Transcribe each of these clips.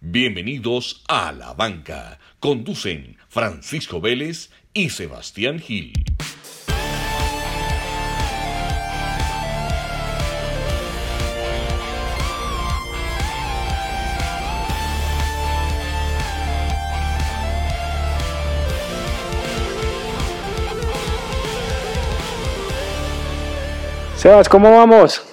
Bienvenidos a La Banca. Conducen Francisco Vélez y Sebastián Gil. Sebas, ¿cómo vamos?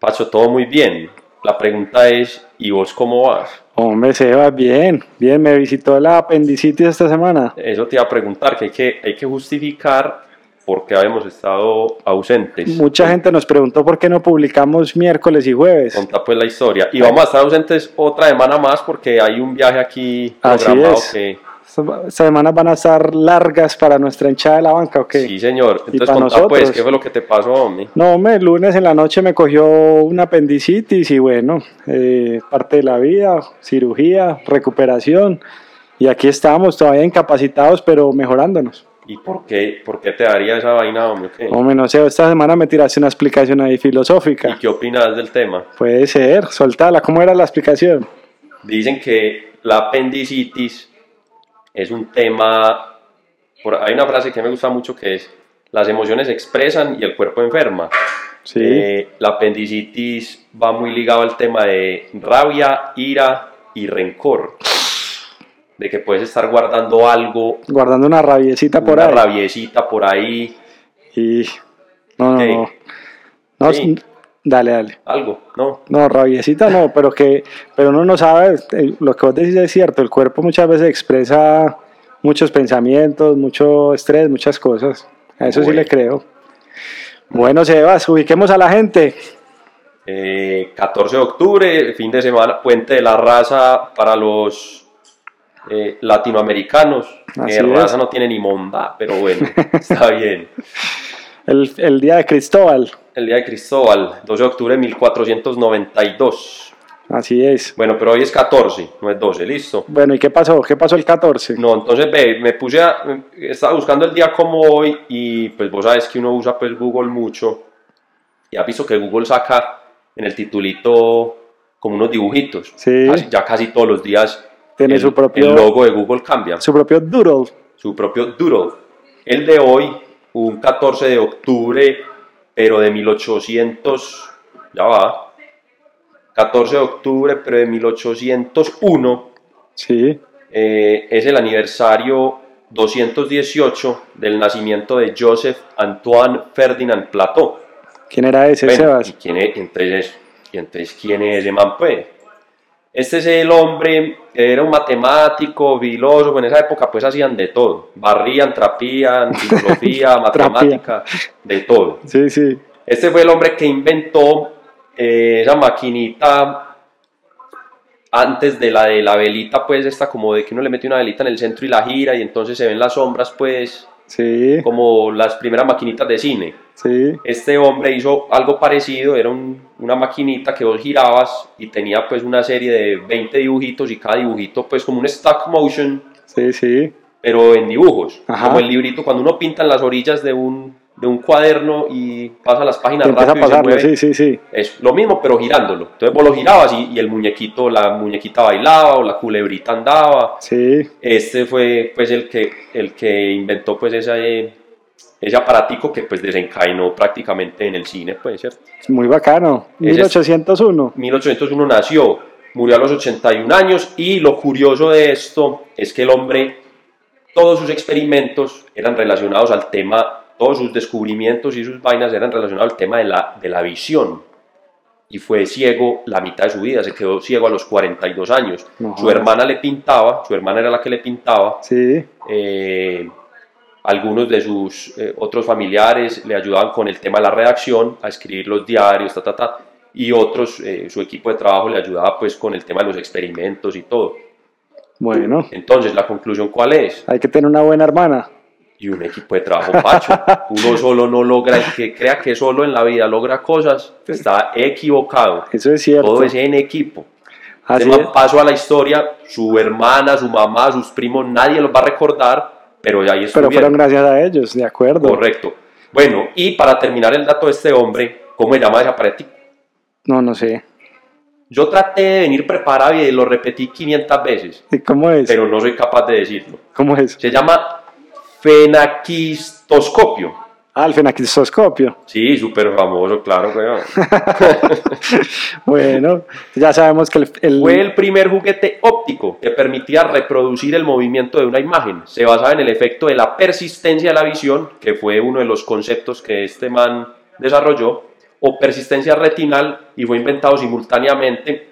Pacho, todo muy bien. La pregunta es, ¿y vos cómo vas? Hombre, Sebas, bien, bien, me visitó la apendicitis esta semana. Eso te iba a preguntar, que hay que, hay que justificar por qué habíamos estado ausentes. Mucha gente nos preguntó por qué no publicamos miércoles y jueves. Contá pues la historia. Y vamos a estar ausentes otra semana más porque hay un viaje aquí Así programado es. que... Estas semanas van a estar largas para nuestra hinchada de la banca, ¿ok? Sí, señor. Y Entonces para contá pues, nosotros. ¿qué fue lo que te pasó, hombre? No, hombre, el lunes en la noche me cogió una apendicitis y bueno, eh, parte de la vida, cirugía, recuperación. Y aquí estamos todavía incapacitados, pero mejorándonos. ¿Y por qué, por qué te daría esa vaina, hombre? ¿Qué? Hombre, no sé, esta semana me tiraste una explicación ahí ¿Y filosófica. qué opinas del tema? Puede ser, soltala, ¿cómo era la explicación? Dicen que la apendicitis es un tema. por- hay una frase que me gusta mucho que es: las emociones se expresan y el cuerpo enferma. Sí. Eh, la apendicitis va muy ligado al tema de rabia, ira y rencor. De que puedes estar guardando algo, guardando una rabiecita por una ahí. rabiecita por ahí, Y... No, no, no. Ok. No, Sí. s- Dale, dale. algo, ¿no? No, rabiecita no, pero que pero uno no sabe, eh, lo que vos decís es cierto, el cuerpo muchas veces expresa muchos pensamientos, mucho estrés, muchas cosas. A eso sí Bueno. le creo. Bueno, Sebas, ubiquemos a la gente. Eh, 14 de octubre, fin de semana, Puente de la Raza para los eh, latinoamericanos. Así Eh, es. raza no tiene ni monda, pero bueno, está bien. El, el día de Cristóbal, El día de Cristóbal, 12 de octubre de 1492. así es. Bueno, pero hoy es 14, no es 12, listo. Bueno, ¿y qué pasó? ¿Qué pasó el 14? No, entonces ve, me puse a, estaba buscando el día como hoy y pues vos sabes que uno usa pues Google mucho y has visto que Google saca en el titulito como unos dibujitos. Sí. Casi- ya casi todos los días Tiene el, su propio- el logo de Google cambia, su, Su propio doodle. propio doodle. El de hoy, un 14 de octubre, pero de 1800, ya va, 14 de octubre, pero de 1801. Sí. Eh, es el aniversario 218 del nacimiento de Joseph Antoine Ferdinand Plateau. ¿Quién era ese, Bueno, Sebas? ¿y quién es, entonces, y entonces, ¿quién es ese man, pues? Este es el hombre, era un matemático, filósofo, en esa época pues hacían de todo, barrían, trapían, filosofía, matemática, de todo. Sí, sí. Este fue el hombre que inventó eh, esa maquinita antes de la de la velita, pues esta como de que uno le mete una velita en el centro y la gira y entonces se ven las sombras, pues Sí. como las primeras maquinitas de cine. Sí. Este hombre hizo algo parecido, era un- una maquinita que vos girabas y tenía pues una serie de 20 dibujitos y cada dibujito pues como un stop motion, Sí, sí. pero en dibujos, Ajá. como el librito cuando uno pinta en las orillas de un, de un cuaderno y pasa las páginas Te empieza a rápido y se pasarlo, mueve. sí, sí, sí. Es lo mismo, pero girándolo. Entonces vos lo girabas y, y el muñequito, la muñequita bailaba o la culebrita andaba. Sí, Este fue pues el que, el que inventó pues esa, eh, ese aparatico que pues desencainó prácticamente en el cine, pues, ¿cierto? muy bacano. Ese es- 1801. 1801 nació, murió a los 81 años y lo curioso de esto es que el hombre, todos sus experimentos eran relacionados al tema, todos sus descubrimientos y sus vainas eran relacionados al tema de la, de la visión. Y fue ciego la mitad de su vida, se quedó ciego a los 42 años. No Su jodas. hermana le pintaba, su hermana era la que le pintaba, Sí, eh, algunos de sus eh, otros familiares le ayudaban con el tema de la redacción, a escribir los diarios, ta, ta, ta, y otros, eh, su equipo de trabajo le ayudaba pues con el tema de los experimentos y todo. bueno. Entonces, ¿la conclusión cuál es? Hay que tener una buena hermana. Y un equipo de trabajo pacho. Uno solo no logra, el que crea que solo en la vida logra cosas, está equivocado. Eso es cierto. Todo es en equipo. Así Ese es. man pasó a la historia, su hermana, su mamá, sus primos, nadie los va a recordar, pero ahí Pero estuvieron. fueron gracias a ellos, de acuerdo. Correcto. Bueno, y para terminar el dato de este hombre, ¿cómo se llama ese aparatico? No, no sé. Yo traté de venir preparado y lo repetí 500 veces, ¿Y cómo es? pero no soy capaz de decirlo. ¿Cómo es? Se llama fenaquistoscopio. Ah, el fenaquistoscopio. Sí, súper famoso, claro. weón. Bueno, ya sabemos que el, el- Fue el primer juguete óptico que permitía reproducir el movimiento de una imagen. Se basaba en el efecto de la persistencia de la visión, que fue uno de los conceptos que este man desarrolló, o persistencia retinal, y fue inventado simultáneamente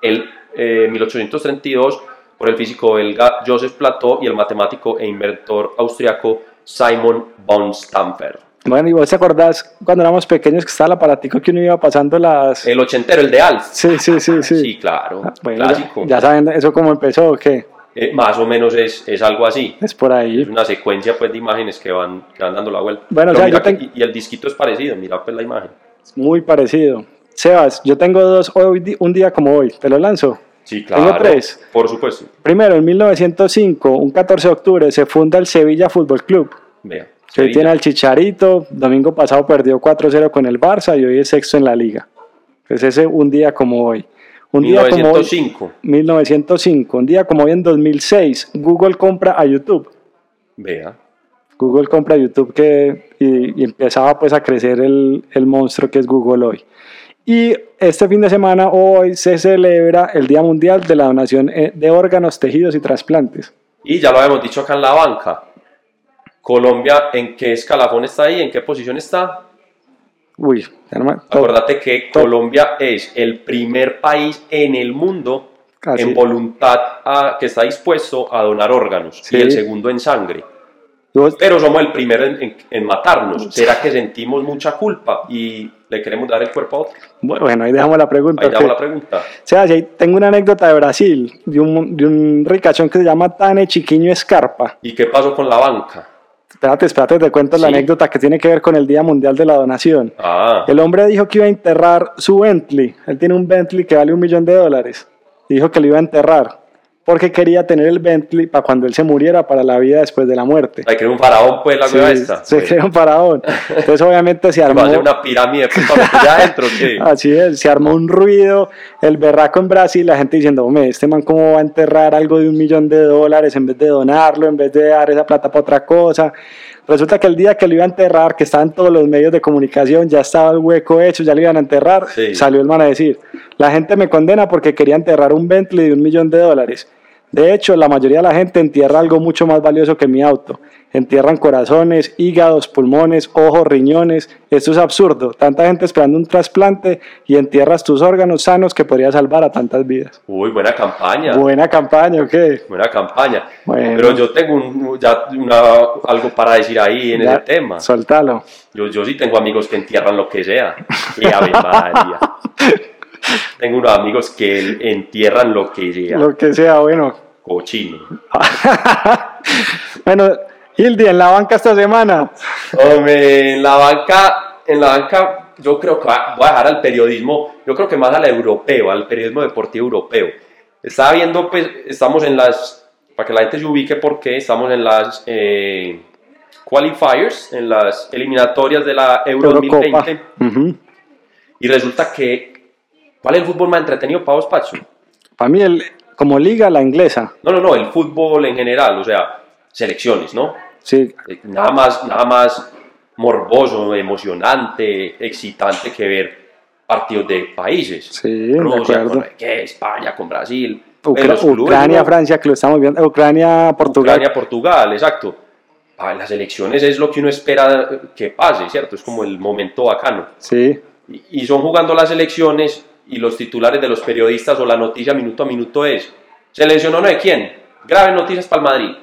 en eh, 1832 por el físico belga Joseph Plateau y el matemático e inventor austriaco Simon von Stamper. Bueno, ¿y vos te acordás cuando éramos pequeños que estaba el aparatico que uno iba pasando las... El ochentero, el de Alf. Sí, sí, sí, sí. Sí, claro, Ah, bueno, ya, clásico. ya saben eso cómo empezó o qué. Eh, más o menos es, es algo así. Es por es ahí. una secuencia pues de imágenes que van, que van dando la vuelta. Bueno, o sea, Pero mira yo que- ten- y, y el disquito es parecido, mira pues la imagen. Muy parecido. Sebas, yo tengo dos hoy, di- un día como hoy. Te lo lanzo. Sí, claro. Tengo tres. Por supuesto. Primero, en 1905, un 14 de octubre, se funda el Sevilla Fútbol Club. Vea. Que hoy Sevilla. tiene al Chicharito. Domingo pasado perdió 4-0 con el Barça y hoy es sexto en la liga. Entonces ese un día como hoy. Un día como hoy. 1905. 1905. Un día como hoy en 2006, Google compra a YouTube. Vea. Google compra YouTube que, y, y empezaba pues a crecer el, el monstruo que es Google hoy. Y este fin de semana, hoy, se celebra el Día Mundial de la Donación eh, de Órganos, Tejidos y Trasplantes. Y ya lo habíamos dicho acá en la banca. Colombia, ¿en qué escalafón está ahí? ¿En qué posición está? Uy, ya no me- to- Acuérdate que Top. Colombia es el primer país en el mundo así. en voluntad a- que está dispuesto a donar órganos Sí. y el segundo en sangre. Vos- pero somos el primero en, en- en matarnos. ¿Será que sentimos mucha culpa y le queremos dar el cuerpo a otro? Bueno, ahí dejamos la pregunta. Ahí ok. damos la pregunta. O sea, sí, tengo una anécdota de Brasil, de un, de un ricachón que se llama Tane Chiquiño Escarpa. ¿Y qué pasó con la banca? Espérate, espérate, te cuento la Sí. anécdota que tiene que ver con el Día Mundial de la Donación. Ah, El hombre dijo que iba a enterrar su Bentley. Él tiene un Bentley que vale un millón de dólares. Y dijo que lo iba a enterrar porque quería tener el Bentley para cuando él se muriera, para la vida después de la muerte. hay que un faraón, pues, la Sí, hueva esta. se Pues, creó un faraón. Entonces obviamente se va a armó... hacer una pirámide pues, para meter allá adentro, ¿qué? Así es, se armó un ruido, el berraco en Brasil, la gente diciendo, hombre, este man cómo va a enterrar algo de un millón de dólares en vez de donarlo, en vez de dar esa plata para otra cosa. Resulta que el día que lo iba a enterrar, que estaban todos los medios de comunicación, ya estaba el hueco hecho, ya lo iban a enterrar, Sí. salió el man a decir, la gente me condena porque quería enterrar un Bentley de un millón de dólares. De hecho, la mayoría de la gente entierra algo mucho más valioso que mi auto. Entierran corazones, hígados, pulmones, ojos, riñones. Esto es absurdo. Tanta gente esperando un trasplante y entierras tus órganos sanos que podría salvar a tantas vidas. Uy, buena campaña. Buena campaña, ¿ok? Buena campaña. Bueno. Pero yo tengo un- ya una- algo para decir ahí en Ya, ese tema. Soltalo. Yo, yo sí tengo amigos que entierran lo que sea. Y Ave María. Tengo unos amigos que entierran lo que sea. Lo que sea, bueno. Cochino. bueno, Hildi, en la banca esta semana. Hombre, en la banca, en la banca, yo creo que va- voy a dejar al periodismo, yo creo que más al europeo, al periodismo deportivo europeo. Estaba viendo, pues, estamos en las, para que la gente se ubique, porque estamos en las eh, qualifiers, en las eliminatorias de la Euro 2020, Ujú. y resulta que, ¿cuál es el fútbol más entretenido para vos, Pacho? Para mí, el, como liga, la inglesa. No, no, no, el fútbol en general, o sea, selecciones, ¿no? Sí, Eh, nada más, nada más morboso, emocionante, excitante que ver partidos de países. Sí, de Rusia acuerdo. con no sé qué, España con Brasil. Ucra- Pero los clubes, Ucrania, ¿no? Francia, que lo estamos viendo. Ucrania, Portugal. Ucrania, Portugal, exacto. Ah, las elecciones es lo que uno espera que pase, ¿cierto? Es como el momento bacano. Sí. Y, y son jugando las elecciones y los titulares de los periodistas o la noticia minuto a minuto es, se lesionó no de quién, graves noticias para el Madrid,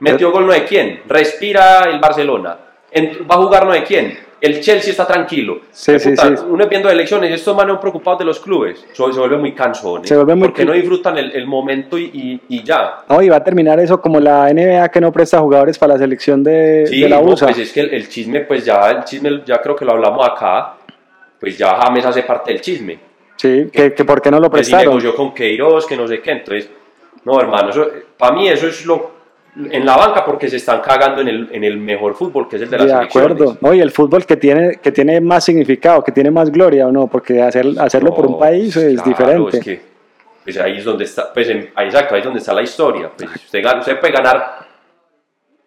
metió gol no de quién, respira el Barcelona, En- va a jugar no de quién, el Chelsea está tranquilo. Sí, Qué sí, puta, sí. Uno viendo elecciones, y estos manos preocupados de los clubes, so- se vuelven muy cansones, Se vuelven muy porque cri- no disfrutan el, el momento y, y- y ya. No, y va a terminar eso como la NBA que no presta jugadores para la selección de, Sí, de la no, USA. pues es que el, el chisme, pues ya, el chisme, ya creo que lo hablamos acá, pues ya James hace parte del chisme. sí, que, que por qué no lo que si prestaron. negoció con Queiroz, que no sé qué. Entonces, no, hermano, para mí eso es lo, en la banca porque se están cagando en el, en el mejor fútbol, que es el de las De acuerdo, selecciones. ¿no? Y el fútbol que tiene, que tiene más significado, que tiene más gloria o no, porque hacer, hacerlo por un No, país es claro, diferente. es que, pues ahí es donde está, pues en- ahí, exacto, ahí es donde está la historia. Pues usted, gana- usted puede ganar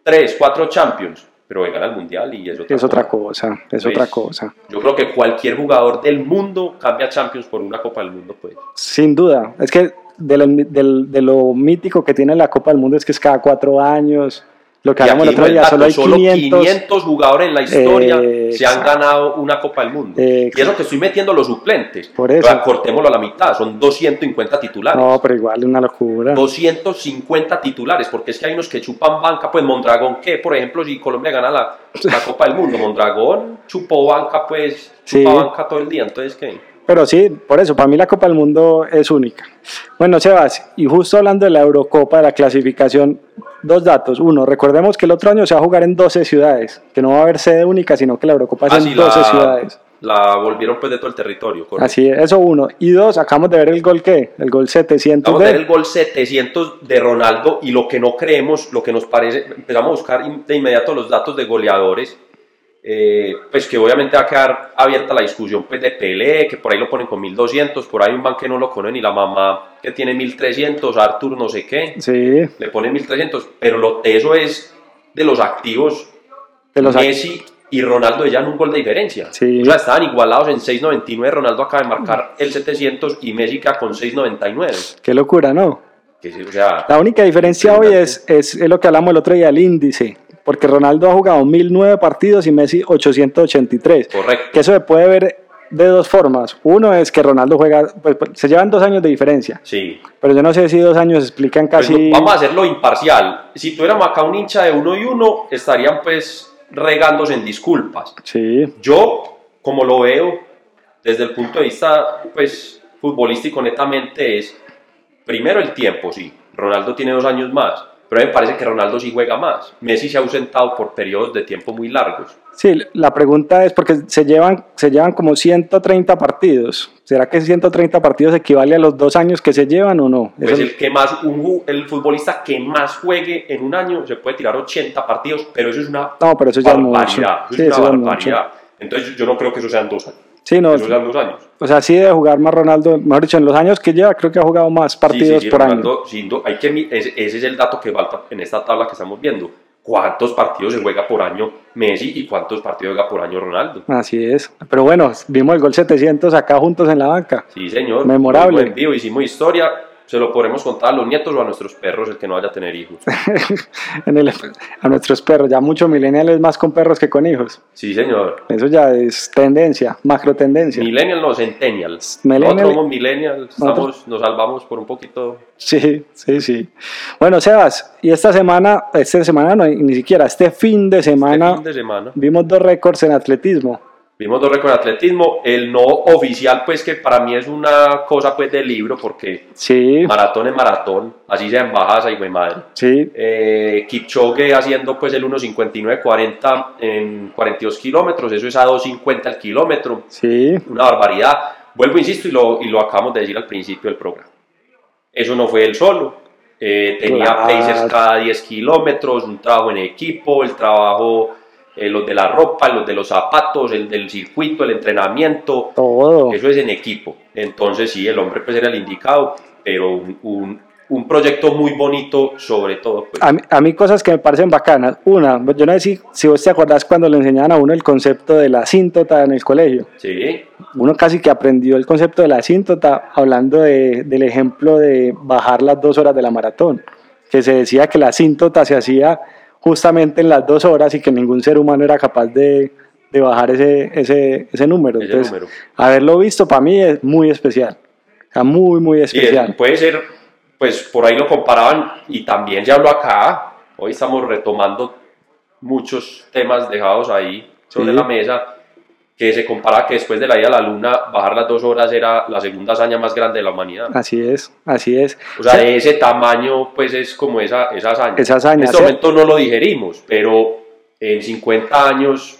tres, cuatro Champions, pero gana el Mundial y es otra, Es otra cosa, es Pues, otra cosa. Yo creo que cualquier jugador del mundo cambia Champions por una Copa del Mundo, pues. Sin duda, es que de lo, mi- del- de lo mítico que tiene la Copa del Mundo es que es cada cuatro años, lo que Y hablamos el aquí otro buen día, dato, solo hay 500. 500 jugadores en la historia Eh, se han exacto. ganado una Copa del Mundo. Eh, y es lo que estoy metiendo los suplentes. Por eso. Ahora, cortémoslo a la mitad, son 250 titulares. No, pero igual una locura. 250 titulares, porque es que hay unos que chupan banca, pues Mondragón, que por ejemplo, si Colombia gana la, la Copa del Mundo, Mondragón chupó banca, pues Sí. chupa banca todo el día, entonces que Pero sí, por eso, para mí la Copa del Mundo es única. Bueno, Sebas, y justo hablando de la Eurocopa, de la clasificación, dos datos. Uno, recordemos que el otro año se va a jugar en 12 ciudades, que no va a haber sede única, sino que la Eurocopa es así en 12 ciudades. Ah, la volvieron pues de todo el territorio. correcto. Así es, eso uno. Y dos, acabamos de ver el gol que, el gol 700 Vamos a de- ver el gol 700 de Ronaldo y lo que no creemos, lo que nos parece, empezamos a buscar in- de inmediato los datos de goleadores, eh, pues que obviamente va a quedar abierta la discusión pues de Pelé, que por ahí lo ponen con 1200, por ahí un man que no lo conoce ni la mamá que tiene 1300, Arthur no sé qué, Sí, le pone 1300, pero lo eso es de los activos de los Messi y Ronaldo ya en un gol de diferencia. Sí. O sea, estaban igualados en 6.99, Ronaldo acaba de marcar el 700 y Messi queda con 6.99. Qué locura, ¿no? Que, sí, o sea, La única diferencia hoy es, es, es lo que hablamos el otro día, el índice. Porque Ronaldo ha jugado 1009 partidos y Messi 883. correcto. que eso se puede ver de dos formas. Uno es que Ronaldo juega, pues, pues, se llevan dos años de diferencia, Sí. pero yo no sé si dos años explican Pues casi. no- vamos a hacerlo imparcial. Si tuviéramos acá un hincha de uno y uno, estarían pues regándose en disculpas. Sí, Yo, como lo veo, desde el punto de vista pues futbolístico netamente es, primero el tiempo, sí. Ronaldo tiene dos años más, pero me parece que Ronaldo sí juega más. Messi se ha ausentado por periodos de tiempo muy largos. sí, la pregunta es porque se llevan, se llevan como 130 partidos. ¿Será que 130 partidos equivale a los dos años que se llevan o no? Pues Eso- el que más, un ju- el futbolista que más juegue en un año se puede tirar 80 partidos, pero eso es una No, pero eso ya es mucho. barbaridad. Eso Sí, es eso ya una es mucho. barbaridad. Entonces yo no creo que eso sean dos años. Sí, no, Eso sean dos años. Sí, o sea, sí debe jugar más Ronaldo, mejor dicho, en los años que lleva, creo que ha jugado más partidos sí, sí, por año. Ronaldo, sin du- hay que, mi- ese, ese es el dato que falta en esta tabla que estamos viendo. ¿Cuántos partidos se juega por año Messi y cuántos partidos juega por año Ronaldo? Así es. Pero bueno, vimos el gol 700 acá juntos en la banca. Sí, señor. Memorable. Muy buen vivo, hicimos historia. Se lo podremos contar a los nietos o a nuestros perros, el que no vaya a tener hijos. en el- a nuestros perros. Ya muchos millennials más con perros que con hijos. Sí, señor. Eso ya es tendencia, macro tendencia. Millennial no, centennials. Millennial- Nosotros somos millennials, estamos- Nosotros- nos salvamos por un poquito. Sí, sí, sí. Bueno, Sebas, y esta semana, esta semana no, ni siquiera, este fin de semana este fin de semana. vimos dos récords en atletismo. Vimos dos récords de atletismo, el no oficial, pues que para mí es una cosa pues de libro, porque Sí, maratón es maratón, así sea en bajas, ahí güey madre. sí, Eh, Kipchoge haciendo pues el 1.59.40 en 42 kilómetros, eso es a 2.50 el kilómetro, sí. una barbaridad. Vuelvo, insisto, y lo, y lo acabamos de decir al principio del programa. Eso no fue él solo. Eh, tenía Claro. pacers cada 10 kilómetros, un trabajo en equipo, el trabajo, eh, los de la ropa, los de los zapatos, el del circuito, el entrenamiento. Todo. Eso es en equipo. Entonces sí, el hombre pues era el indicado, pero un, un- un proyecto muy bonito sobre todo. pues. A mí, a mí cosas que me parecen bacanas. Una, yo no sé si, si vos te acordás cuando le enseñaban a uno el concepto de la asíntota en el colegio. Sí, uno casi que aprendió el concepto de la asíntota hablando de- del ejemplo de bajar las dos horas de la maratón, que se decía que la asíntota se hacía justamente en las dos horas y que ningún ser humano era capaz de, de bajar ese, ese, ese número. ese Entonces, número. haberlo visto para mí es muy especial, o sea, muy, muy Sí, es- especial. puede ser, pues por ahí lo comparaban y también ya habló acá. Hoy estamos retomando muchos temas dejados ahí sobre Sí. la mesa que se compara que después de la ida a la luna bajar las dos horas era la segunda hazaña más grande de la humanidad. Así es, así es. O sea, de ese tamaño pues es como esa, esa hazaña. este Esa hazaña, En este sí. momento no lo digerimos, pero en 50 años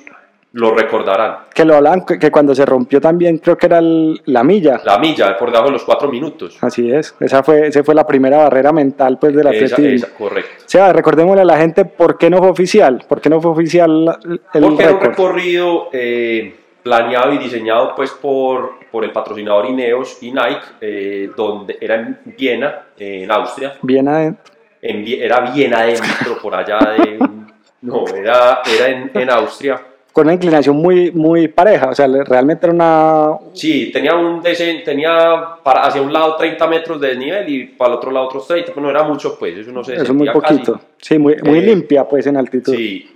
lo recordarán. Que lo hablaban, que que cuando se rompió también creo que era el- la milla. La milla, por debajo de los cuatro minutos. Así es, esa fue, esa fue la primera barrera mental pues del Esa- atletismo. esa, correcto. O sea, recordémosle a la gente por qué no fue oficial, por qué no fue oficial la- el Porque era un récord. recorrido eh, planeado y diseñado pues por, por el patrocinador Ineos y Nike, eh, donde era en Viena, eh, en Austria. Bien adentro. En Vi- era Viena adentro, por allá de... No, era, era en, en Austria. Con una inclinación muy, muy pareja, o sea, le- realmente era una... Sí, tenía un desen- tenía para hacia un lado 30 metros de desnivel y para el otro lado otros 30, pues no era mucho, pues eso no se Eso es muy sentía casi. poquito. Sí, muy, muy Eh, limpia pues en altitud. Sí,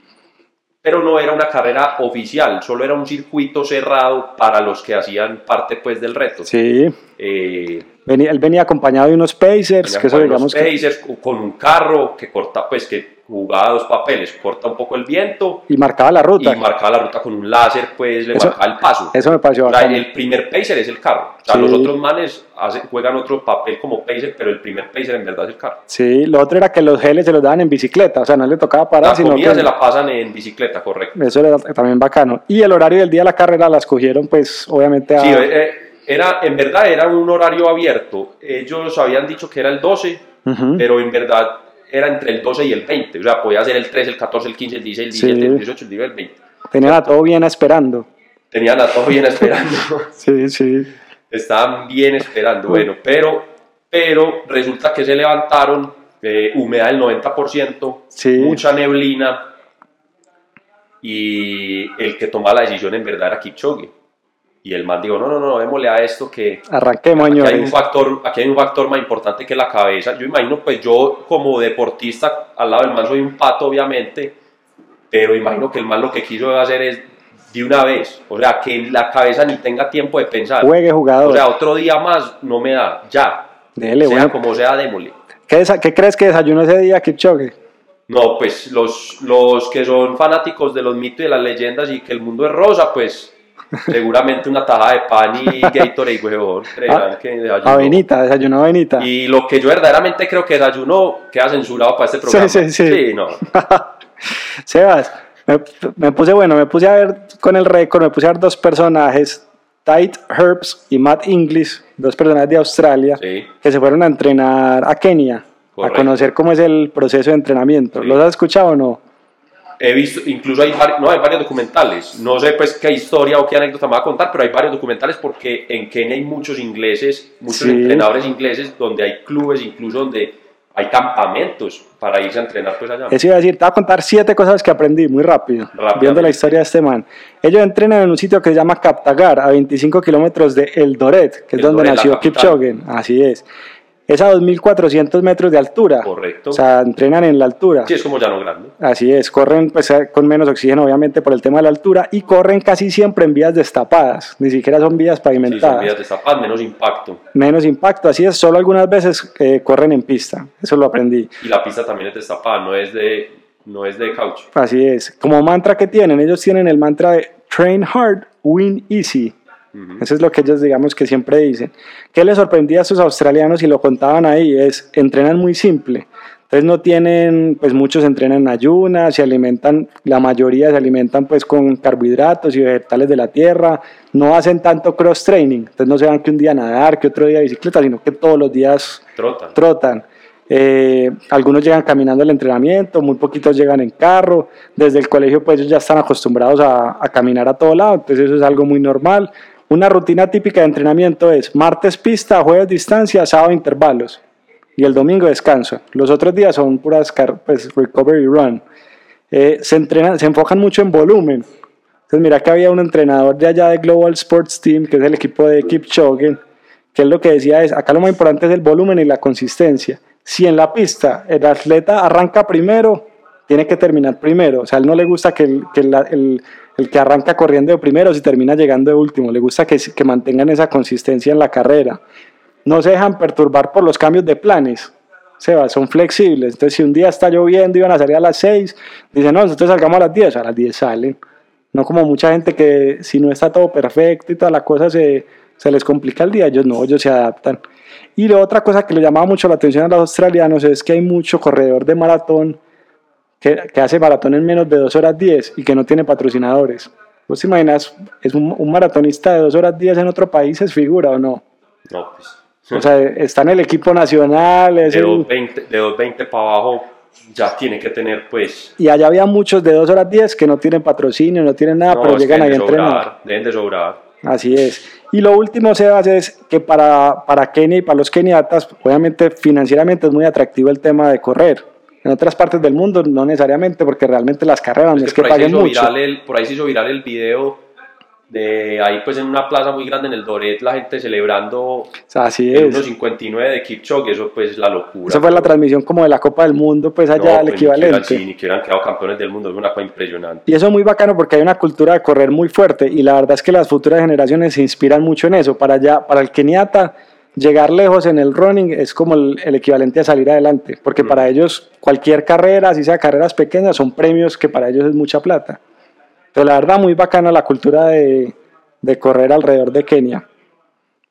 pero no era una carrera oficial, solo era un circuito cerrado para los que hacían parte pues del reto. Sí. Eh, Venía- él venía acompañado de unos Pacers, que eso con los digamos que... Pacers, con un carro que corta, pues que jugaba dos papeles, corta un poco el viento Y marcaba la ruta. y marcaba la ruta con un láser, pues le Eso- marcaba el paso. Eso me pareció O sea, bacano. el primer pacer es el carro. O sea, Sí. los otros manes hacen- juegan otro papel como pacer, pero el primer pacer en verdad es el carro. Sí, lo otro era que los geles se los daban en bicicleta, o sea, no le tocaba parar, La sino comida que... se la pasan en bicicleta, correcto. Eso era también bacano. Y el horario del día de la carrera la escogieron, pues, obviamente a... Sí, eh, era, en verdad era un horario abierto. Ellos habían dicho que era el 12, Ujú. pero en verdad era entre el 12 y el 20. O sea, podía ser el 13, el 14, el 15, el 16, el Sí. 17, el 18, el 19, el 20. Tenían a todo bien esperando. Tenían a todos bien esperando. Sí, sí. Estaban bien esperando, bueno, pero, pero resulta que se levantaron, eh, humedad del 90%, Sí. mucha neblina, y el que toma la decisión en verdad era Kipchoge. Y el man dijo, no, no, no, démosle a esto que... Arranquemos, Aquí hay, un señores. factor, aquí hay un factor más importante que la cabeza. Yo imagino, pues yo como deportista, al lado del man soy un pato, obviamente, pero imagino que el man lo que quiso hacer es de una vez. O sea, que la cabeza ni tenga tiempo de pensar. Juegue O jugador. sea, otro día más no me da, ya. Dele, sea bueno. como sea, démosle. ¿Qué, desa- qué crees que desayunó ese día Kipchoge? No, pues los, los que son fanáticos de los mitos y de las leyendas y que el mundo es rosa, pues seguramente una tajada de pan y Gatorade, huevón. creerán que desayunó. Ah, Avenita, desayunó avenita. Y lo que yo verdaderamente creo que desayunó queda censurado para este programa. sí, sí. no. Sebas, me, me puse, bueno, me puse a ver con el récord, me puse a ver dos personajes, Tite Herbs y Matt English, dos personajes de Australia, Sí. que se fueron a entrenar a Kenia, Correcto. a conocer cómo es el proceso de entrenamiento. Sí. ¿Los has escuchado o no? He visto, incluso hay, vari- no, hay varios documentales. No sé pues qué historia o qué anécdota me va a contar, pero hay varios documentales porque en Kenia hay muchos ingleses, muchos Sí. entrenadores ingleses, donde hay clubes, incluso donde hay campamentos para irse a entrenar pues allá. Eso iba a decir, te voy a contar siete cosas que aprendí muy rápido, Rápidamente. viendo la historia de este man. Ellos entrenan en un sitio que se llama Captagar, a 25 kilómetros de Eldoret, que es donde Eldoret, la nació capital. Kipchoge. Así es. Es a 2.400 metros de altura. Correcto. O sea, entrenan en la altura. Sí, es como Llano Grande. Así es, corren pues, con menos oxígeno, obviamente, por el tema de la altura, y corren casi siempre en vías destapadas, ni siquiera son vías Sí, son pavimentadas. vías de zapán, menos impacto. menos impacto, así es, solo algunas veces eh, corren en pista, eso lo aprendí. Y la pista también es de zapán, no es de, no es de caucho. Así es. Como mantra que tienen, ellos tienen el mantra de train hard, win easy. Ujú. Eso es lo que ellos digamos que siempre dicen. ¿Qué les sorprendía a estos australianos y lo contaban ahí? Es entrenan muy simple. Entonces no tienen, pues muchos entrenan en ayunas, se alimentan, la mayoría se alimentan pues con carbohidratos y vegetales de la tierra, no hacen tanto cross training, entonces no se van que un día a nadar, que otro día a bicicleta, sino que todos los días Trotan. trotan. Eh, algunos llegan caminando al entrenamiento, muy poquitos llegan en carro. Desde el colegio, pues ellos ya están acostumbrados a, a caminar a todo lado, entonces eso es algo muy normal. Una rutina típica de entrenamiento es martes pista, jueves distancia, sábado intervalos y el domingo descanso. Los otros días son puras car- pues, recovery run. Eh, se, entrenan, se enfocan mucho en volumen. Entonces, mira que había un entrenador de allá de Global Sports Team, que es el equipo de Kipchoge, que él lo que decía es, acá lo más importante es el volumen y la consistencia. Si en la pista el atleta arranca primero, tiene que terminar primero. O sea, a él no le gusta que el que, la- el- el que arranca corriendo de primero si termina llegando de último. Le gusta que, que mantengan esa consistencia en la carrera. No se dejan perturbar por los cambios de planes. Seba, son flexibles. Entonces, si un día está lloviendo y van a salir a las 6, dicen, no, nosotros salgamos a las 10. A las 10 salen. No como mucha gente que si no está todo perfecto y toda la cosa se, se les complica el día, ellos no, ellos se adaptan. Y la otra cosa que le llamaba mucho la atención a los australianos es que hay mucho corredor de maratón que, que hace maratón en menos de 2 horas 10 y que no tiene patrocinadores. ¿Vos te imaginas, es un, un maratonista de dos horas diez en otro país, es figura o no? No, pues. O sea, está en el equipo nacional, es de el- 220, de 220 para abajo ya tiene que tener, pues. y allá había muchos de dos horas diez que no tienen patrocinio, no tienen nada, no, Ah, pero es que llegan ahí a deben de entrenar. sobrar, deben de sobrar. Así es. Y lo último, Sebas, es que para, para Kenia y para los keniatas, obviamente financieramente es muy atractivo el tema de correr. En otras partes del mundo no necesariamente, porque realmente las carreras no es que por, ahí se paguen hizo mucho. viral el, por ahí se hizo viral el video de ahí, pues en una plaza muy grande en el Doret, la gente celebrando Así el es. 1.59 de Kipchoge. Eso, pues, es la locura. Esa fue la transmisión como de la Copa del Mundo, pues allá el No, pues, Ni que, hubieran, sí, equivalente. ni que hubieran quedado campeones del mundo. Es una cosa impresionante. Y eso es muy bacano porque hay una cultura de correr muy fuerte y la verdad es que las futuras generaciones se inspiran mucho en eso. Para allá, para el keniata, llegar lejos en el running es como el, el equivalente a salir adelante, porque Mm. para ellos cualquier carrera, así sea carreras pequeñas, son premios que para ellos es mucha plata. Entonces la verdad muy bacana la cultura de, de correr alrededor de Kenia.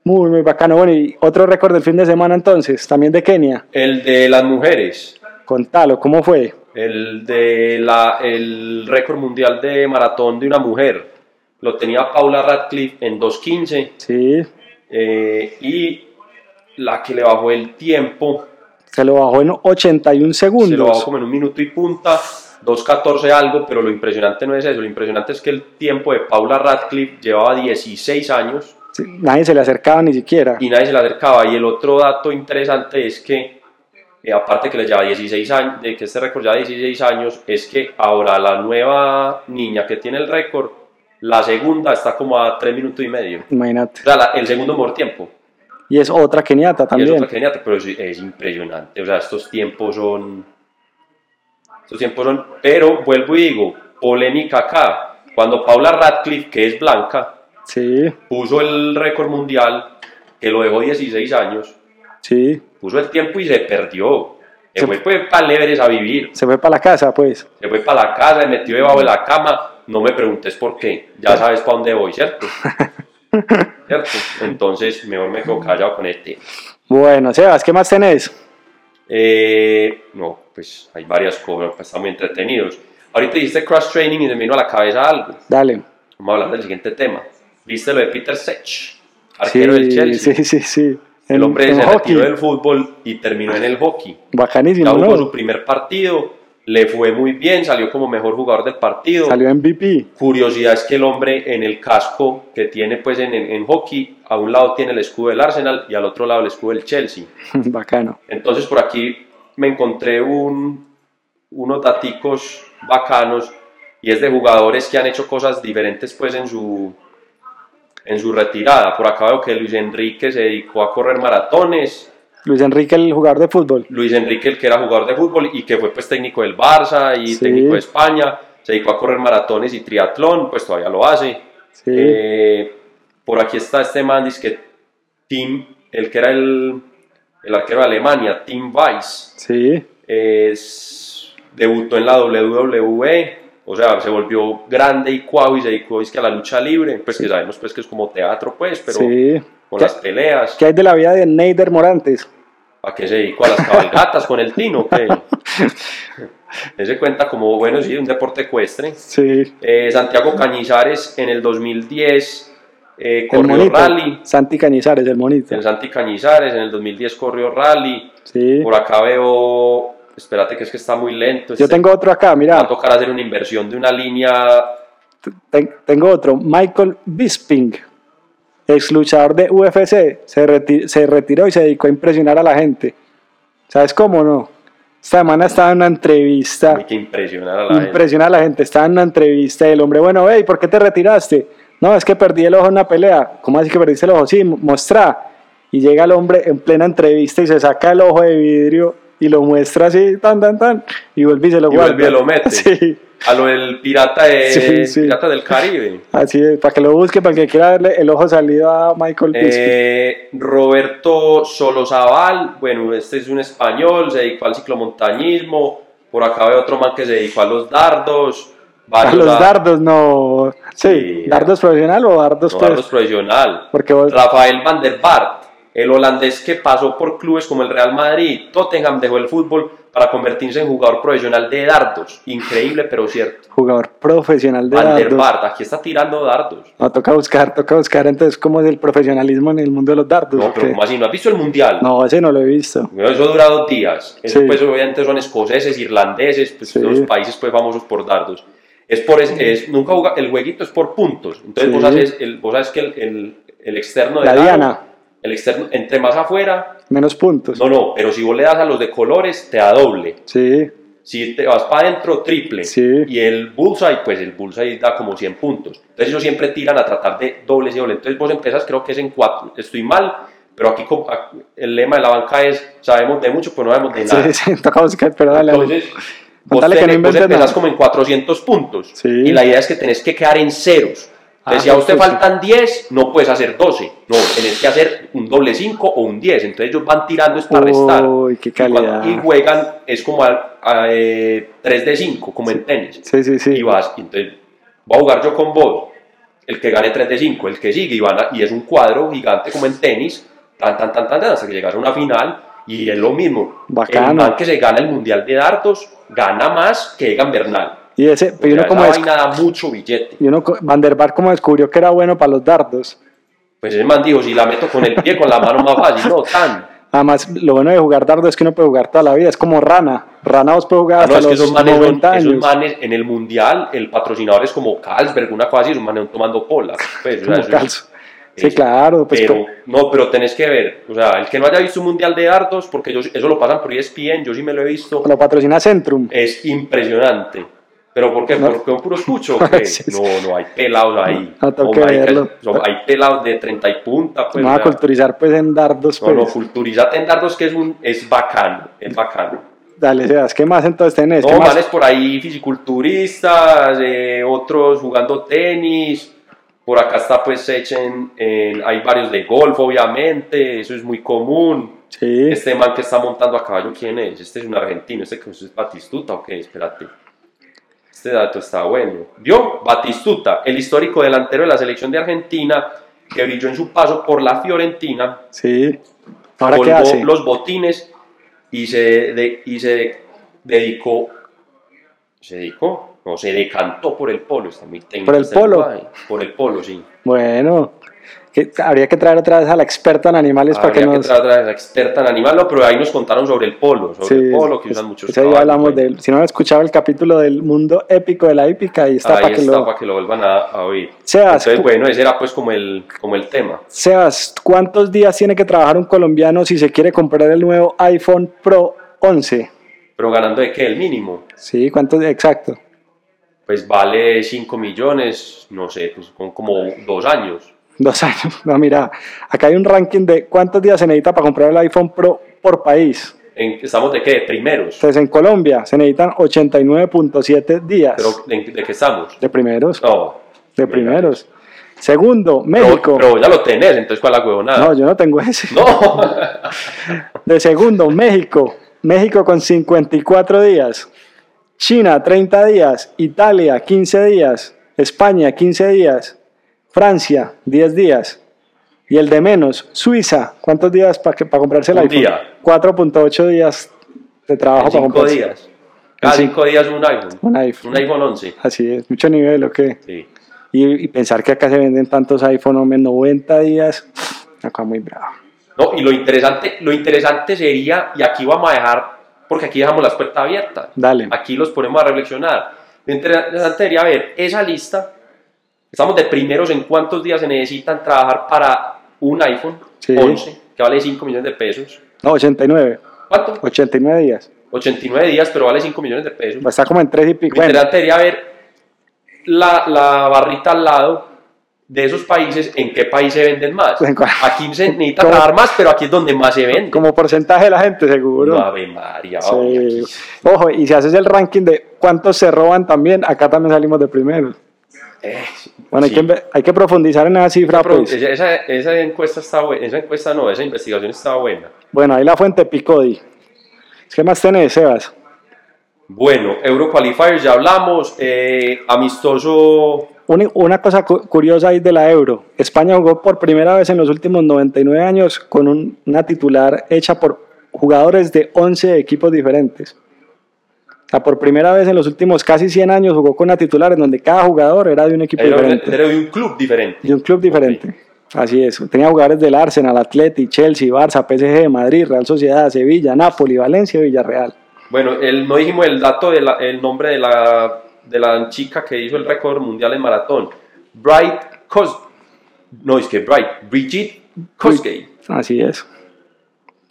Muy, muy bacano. Bueno, y otro récord del fin de semana entonces, también de Kenia. El de las mujeres. Contalo, ¿cómo fue? El de la, el récord mundial de maratón de una mujer. Lo tenía Paula Radcliffe en 2.15 Sí, eh, y la que le bajó el tiempo se lo bajó en 81 segundos. se lo bajó como en un minuto y punta, 2.14 algo, pero lo impresionante no es eso, lo impresionante es que el tiempo de Paula Radcliffe llevaba 16 años Sí, Nadie se le acercaba ni siquiera. y nadie se la acercaba. Y el otro dato interesante es que, eh, aparte que le lleva 16 años, de que este récord lleva 16 años, es que ahora la nueva niña que tiene el récord, la segunda está como a 3 minutos y medio. Imagínate. O sea, la- el segundo mejor tiempo. Y es otra keniata Y es también. otra keniata, pero es, es impresionante. O sea, estos tiempos son. Estos tiempos son. Pero vuelvo y digo, polémica acá. Cuando Paula Radcliffe, que es blanca, Sí, puso el récord mundial, que lo dejó 16 años, sí. puso el tiempo y se perdió. Se Se- fue pues, para Everest a vivir. Se fue para la casa, pues. Se fue para la casa, se metió debajo de la cama. No me preguntes por qué. Ya sabes para dónde voy, ¿cierto? ¿Cierto? Entonces, mejor me quedo callado con este. Bueno, Sebas, ¿qué más tenés? Eh, no, pues hay varias cosas, pues están muy entretenidos. Ahorita dijiste cross training y se me vino a la cabeza algo. Dale. Vamos a hablar del siguiente tema. ¿Viste lo de Peter Sech? Arquero del Chelsea. sí, sí, sí. El En- hombre en se hockey. retiró del fútbol y terminó en el hockey. Ya Bacanísimo, jugó ¿no? su primer partido, le fue muy bien, salió como mejor jugador del partido. Salió MVP. Curiosidad es que el hombre en el casco que tiene pues en, en- en hockey, a un lado tiene el escudo del Arsenal y al otro lado el escudo del Chelsea. Bacano. Entonces por aquí me encontré un, unos daticos bacanos y es de jugadores que han hecho cosas diferentes pues en su, en su retirada. Por acá veo que Luis Enrique se dedicó a correr maratones, Luis Enrique, el jugador de fútbol. Luis Enrique el que era jugador de fútbol y que fue pues técnico del Barça y Sí. técnico de España, se dedicó a correr maratones y triatlón, pues todavía lo hace. Sí. Eh, por aquí está este man, que Tim, el que era el, el arquero de Alemania, Tim Weiss, Sí. es- debutó en la WWE, o sea, se volvió grande y cuau y se dedicó es que, a la lucha libre, pues que sabemos pues que es como teatro, pues, pero sí. con ¿Qué, las peleas, qué hay de la vida de Neider Morantes? ¿a qué se dedicó? A las cabalgatas con el Tino, que ese cuenta como, bueno, sí, un deporte ecuestre. Sí. Eh, Santiago Cañizares en el 2010 eh, El corrió monito. rally. Santi Cañizares, el monito. El Santi Cañizares en el 2010 corrió rally. Sí. Por acá veo. Espérate, que es que está muy lento. Yo este- tengo otro acá, Va a mira. tocar hacer una inversión de una línea. Ten- tengo otro, Michael Bisping, ex luchador de UFC, se, reti- se retiró y se dedicó a impresionar a la gente. ¿Sabes cómo no? Esta semana estaba en una Hay entrevista, que impresionar a la gente. impresionar a la gente, estaba en una entrevista y el hombre, bueno, hey, ¿por qué te retiraste? No, es que perdí el ojo en una pelea. ¿Cómo así que perdiste el ojo? Sí, mo- mostrá. Y llega el hombre en plena entrevista y se saca el ojo de vidrio y lo muestra así, tan, tan, tan, y vuelve y se lo Y guarda. vuelve y lo mete. Sí. A lo del pirata, de- Sí, sí. pirata del Caribe. Así es, para que lo busque, para el que quiera darle el ojo salido a Michael Bisping. Eh, Roberto Solozabal, bueno, este es un español, se dedicó al ciclomontañismo. Por acá veo otro man que se dedicó a los dardos. a varios los a- dardos, no. Sí, Sí. dardos profesional o dardos, no, pues, dardos profesional. Porque vos. Rafael Van der Bart, el holandés que pasó por clubes como el Real Madrid, Tottenham dejó el fútbol para convertirse en jugador profesional de dardos. Increíble, pero cierto. Jugador profesional de Van der dardos. Vaart, aquí está tirando dardos. No, toca buscar, toca buscar entonces cómo es el profesionalismo en el mundo de los dardos. No, pero porque- ¿cómo así? ¿No has visto el mundial? no, ese no lo he visto. Bueno, eso dura dos días. Eso, Sí. pues, obviamente son escoceses, irlandeses, pues, Sí. los países pues, famosos por dardos. Es por es, es- nunca juega, el jueguito es por puntos. Entonces Sí. vos, haces el- vos sabes que el, el- el externo de La dado, diana. el externo, entre más afuera, Menos puntos. no, no, pero si vos le das a los de colores, te da doble. Sí, Si te vas para adentro, triple. Sí. Y el bullseye, pues el bullseye da como 100 puntos. Entonces ellos siempre tiran a tratar de dobles y dobles. Entonces vos empezás, creo que es en 4. Estoy mal, pero aquí co- a- el lema de la banca es, sabemos de mucho, pero no sabemos de nada. sí, sí, toca buscar, pero dale. Pues dale. Entonces, vos, Contale que no tenés- vos inventes empezás nada. como en 400 puntos. Sí. Y la idea es que tenés que quedar en ceros. Entonces, Ah, si a usted pues sí. faltan 10, no puedes hacer 12. No, tenés que hacer un doble 5 o un 10. Entonces ellos van tirando es para restar. Uy, qué Y cuando- calidad. Y, juegan, es como a, 3 de 5, como en tenis. Sí, sí, sí. Y vas, y entonces, voy a jugar yo con vos. El que gane 3 de 5, el que sigue, y, van a- y es un cuadro gigante como en tenis, tan, tan, tan, tan, tan, hasta que llegas a una final, y es lo mismo. Bacano. El man que se gana el Mundial de Dardos gana más que Egan Bernal. Y ese, Y y uno como es, vaina da mucho billete. y uno co- Van der Vaart como descubrió que era bueno para los dardos. Pues el man dijo, si la meto con el pie, con la mano más fácil, no, tan. Además, lo bueno de jugar dardos es que uno puede jugar toda la vida, es como rana. Rana vos puedes jugar Ah, no, hasta es que los esos manes, son- 90 esos años. manes en el mundial, el patrocinador es como Carlsberg, una cosa así, esos manes son tomando cola. pues, o sea, como eso es- calzo. Sí, eso. claro, pues pero, co- no, pero tenés que ver, o sea, el que no haya visto un mundial de dardos, porque yo- eso lo pasan por E ESPN, yo sí me lo he visto, lo patrocina Centrum. es impresionante. ¿Pero por qué? No. ¿Porque un puro escucho? o qué? Sí, sí. No, no, hay pelados ahí. No, tengo Oh, que marica, verlo. son- hay pelados de 30 y punta, pues. no va o a sea, culturizar pues en dardos. no, no, pues. culturizate en dardos que es, un, es bacano, es bacano. Dale, Sebas, ¿qué más entonces tenés? ¿Qué No, más? manes por ahí fisiculturistas, eh, otros jugando tenis. Por acá está pues Sechen, en- hay varios de golf obviamente, eso es muy común. Sí, Este man que está montando a caballo, ¿quién es? Este es un argentino, este que es Batistuta o qué, espérate. Este dato está bueno. ¿Vio? Batistuta, el histórico delantero de la selección de Argentina, que brilló en su paso por la Fiorentina, sí. ¿Ahora qué colgó hace? los botines y se, de- y se dedicó, se dedicó, no, se decantó por el polo, está muy técnico ¿Por el este polo? lenguaje. por el polo, sí. Bueno, que- habría que traer otra vez a la experta en animales para que Habría que nos... traer a la experta en animal, no, pero ahí nos contaron sobre el polo, sobre el Sí, polo que es- usan muchos ese día caballos, hablamos bueno. de él. Si no han escuchado el capítulo del mundo épico de la hípica, ahí está Ahí para que está, lo... Ah, para que lo vuelvan a, a oír. Sebas, Entonces, cu- bueno, ese era pues como el, como el tema. Sebas, ¿cuántos días tiene que trabajar un colombiano si se quiere comprar el nuevo iPhone Pro 11? Pero ganando de qué, el mínimo. Sí, ¿cuántos? Exacto. Pues vale 5 millones, no sé, pues con como dos años. Dos años. No, mira, acá hay un ranking de cuántos días se necesita para comprar el iPhone Pro por país. En- ¿Estamos de qué? Primeros. Entonces en Colombia se necesitan 89.7 días Pero ¿de, de qué estamos? de primeros. No. De Mira, primeros. Segundo, Pero, México. pero ah. ya lo tenés, entonces ¿cuál la huevonada? No, yo no tengo ese. No. De segundo, México. México con 54 días. China, 30 días. Italia, 15 días. España, 15 días. Francia, 10 días. Y el de menos, Suiza. ¿Cuántos días para comprarse el Un iPhone? día. 4.8 días de trabajo para cinco comprarse días. Cada Sí. cinco días un iPhone. un iPhone. Un iPhone 11. Así es, mucho nivel, ¿o qué? Sí. Y, y pensar que acá se venden tantos iPhone, hombre, 90 días. Acá muy bravo. No, y lo interesante, lo interesante sería, y aquí vamos a dejar, porque aquí dejamos las puertas abiertas. Dale. Aquí los ponemos a reflexionar. Lo interesante sería ver esa lista. Estamos de primeros en cuántos días se necesitan trabajar para un iPhone Sí. 11, que vale 5 millones de pesos. No, 89. ¿Cuánto? 89 días. 89 días, pero vale 5 millones de pesos. Está como en 3 y pico. Lo Bueno, interesante sería ver la, la barrita al lado de esos países, en qué país se venden más. pues, ¿En cuál? Aquí se necesita ¿Cómo? trabajar más, pero aquí es donde más se vende. como porcentaje de la gente, seguro. No, Ave María, Sí. hombre, aquí. Ojo, y si haces el ranking de cuántos se roban también, acá también salimos de primero. Eh, Bueno, sí. hay, que, hay que profundizar en esa cifra. Pero pues. esa, esa- esa encuesta está buena, esa encuesta no, esa investigación está buena. Bueno, ahí la fuente Picodi. ¿Qué más tenés, Sebas? Bueno, Euro Qualifiers ya hablamos, eh, amistoso Una, una cosa cu- curiosa ahí de la Euro. España jugó por primera vez en los últimos 99 años con un- una titular hecha por jugadores de 11 equipos diferentes. O sea, por primera vez en los últimos casi 100 años jugó con una titular en donde cada jugador era de un equipo Era, diferente. era de un club diferente. De un club diferente. Así es. Tenía jugadores del Arsenal, Atleti, Chelsea, Barça, PSG, Madrid, Real Sociedad, Sevilla, Napoli, Valencia, Villarreal. Bueno, el, no dijimos el dato, de la- el nombre de la, de la chica que hizo el récord mundial en maratón. Bright Cos... No, es que Bright. Brigitte Cosgate. Así es.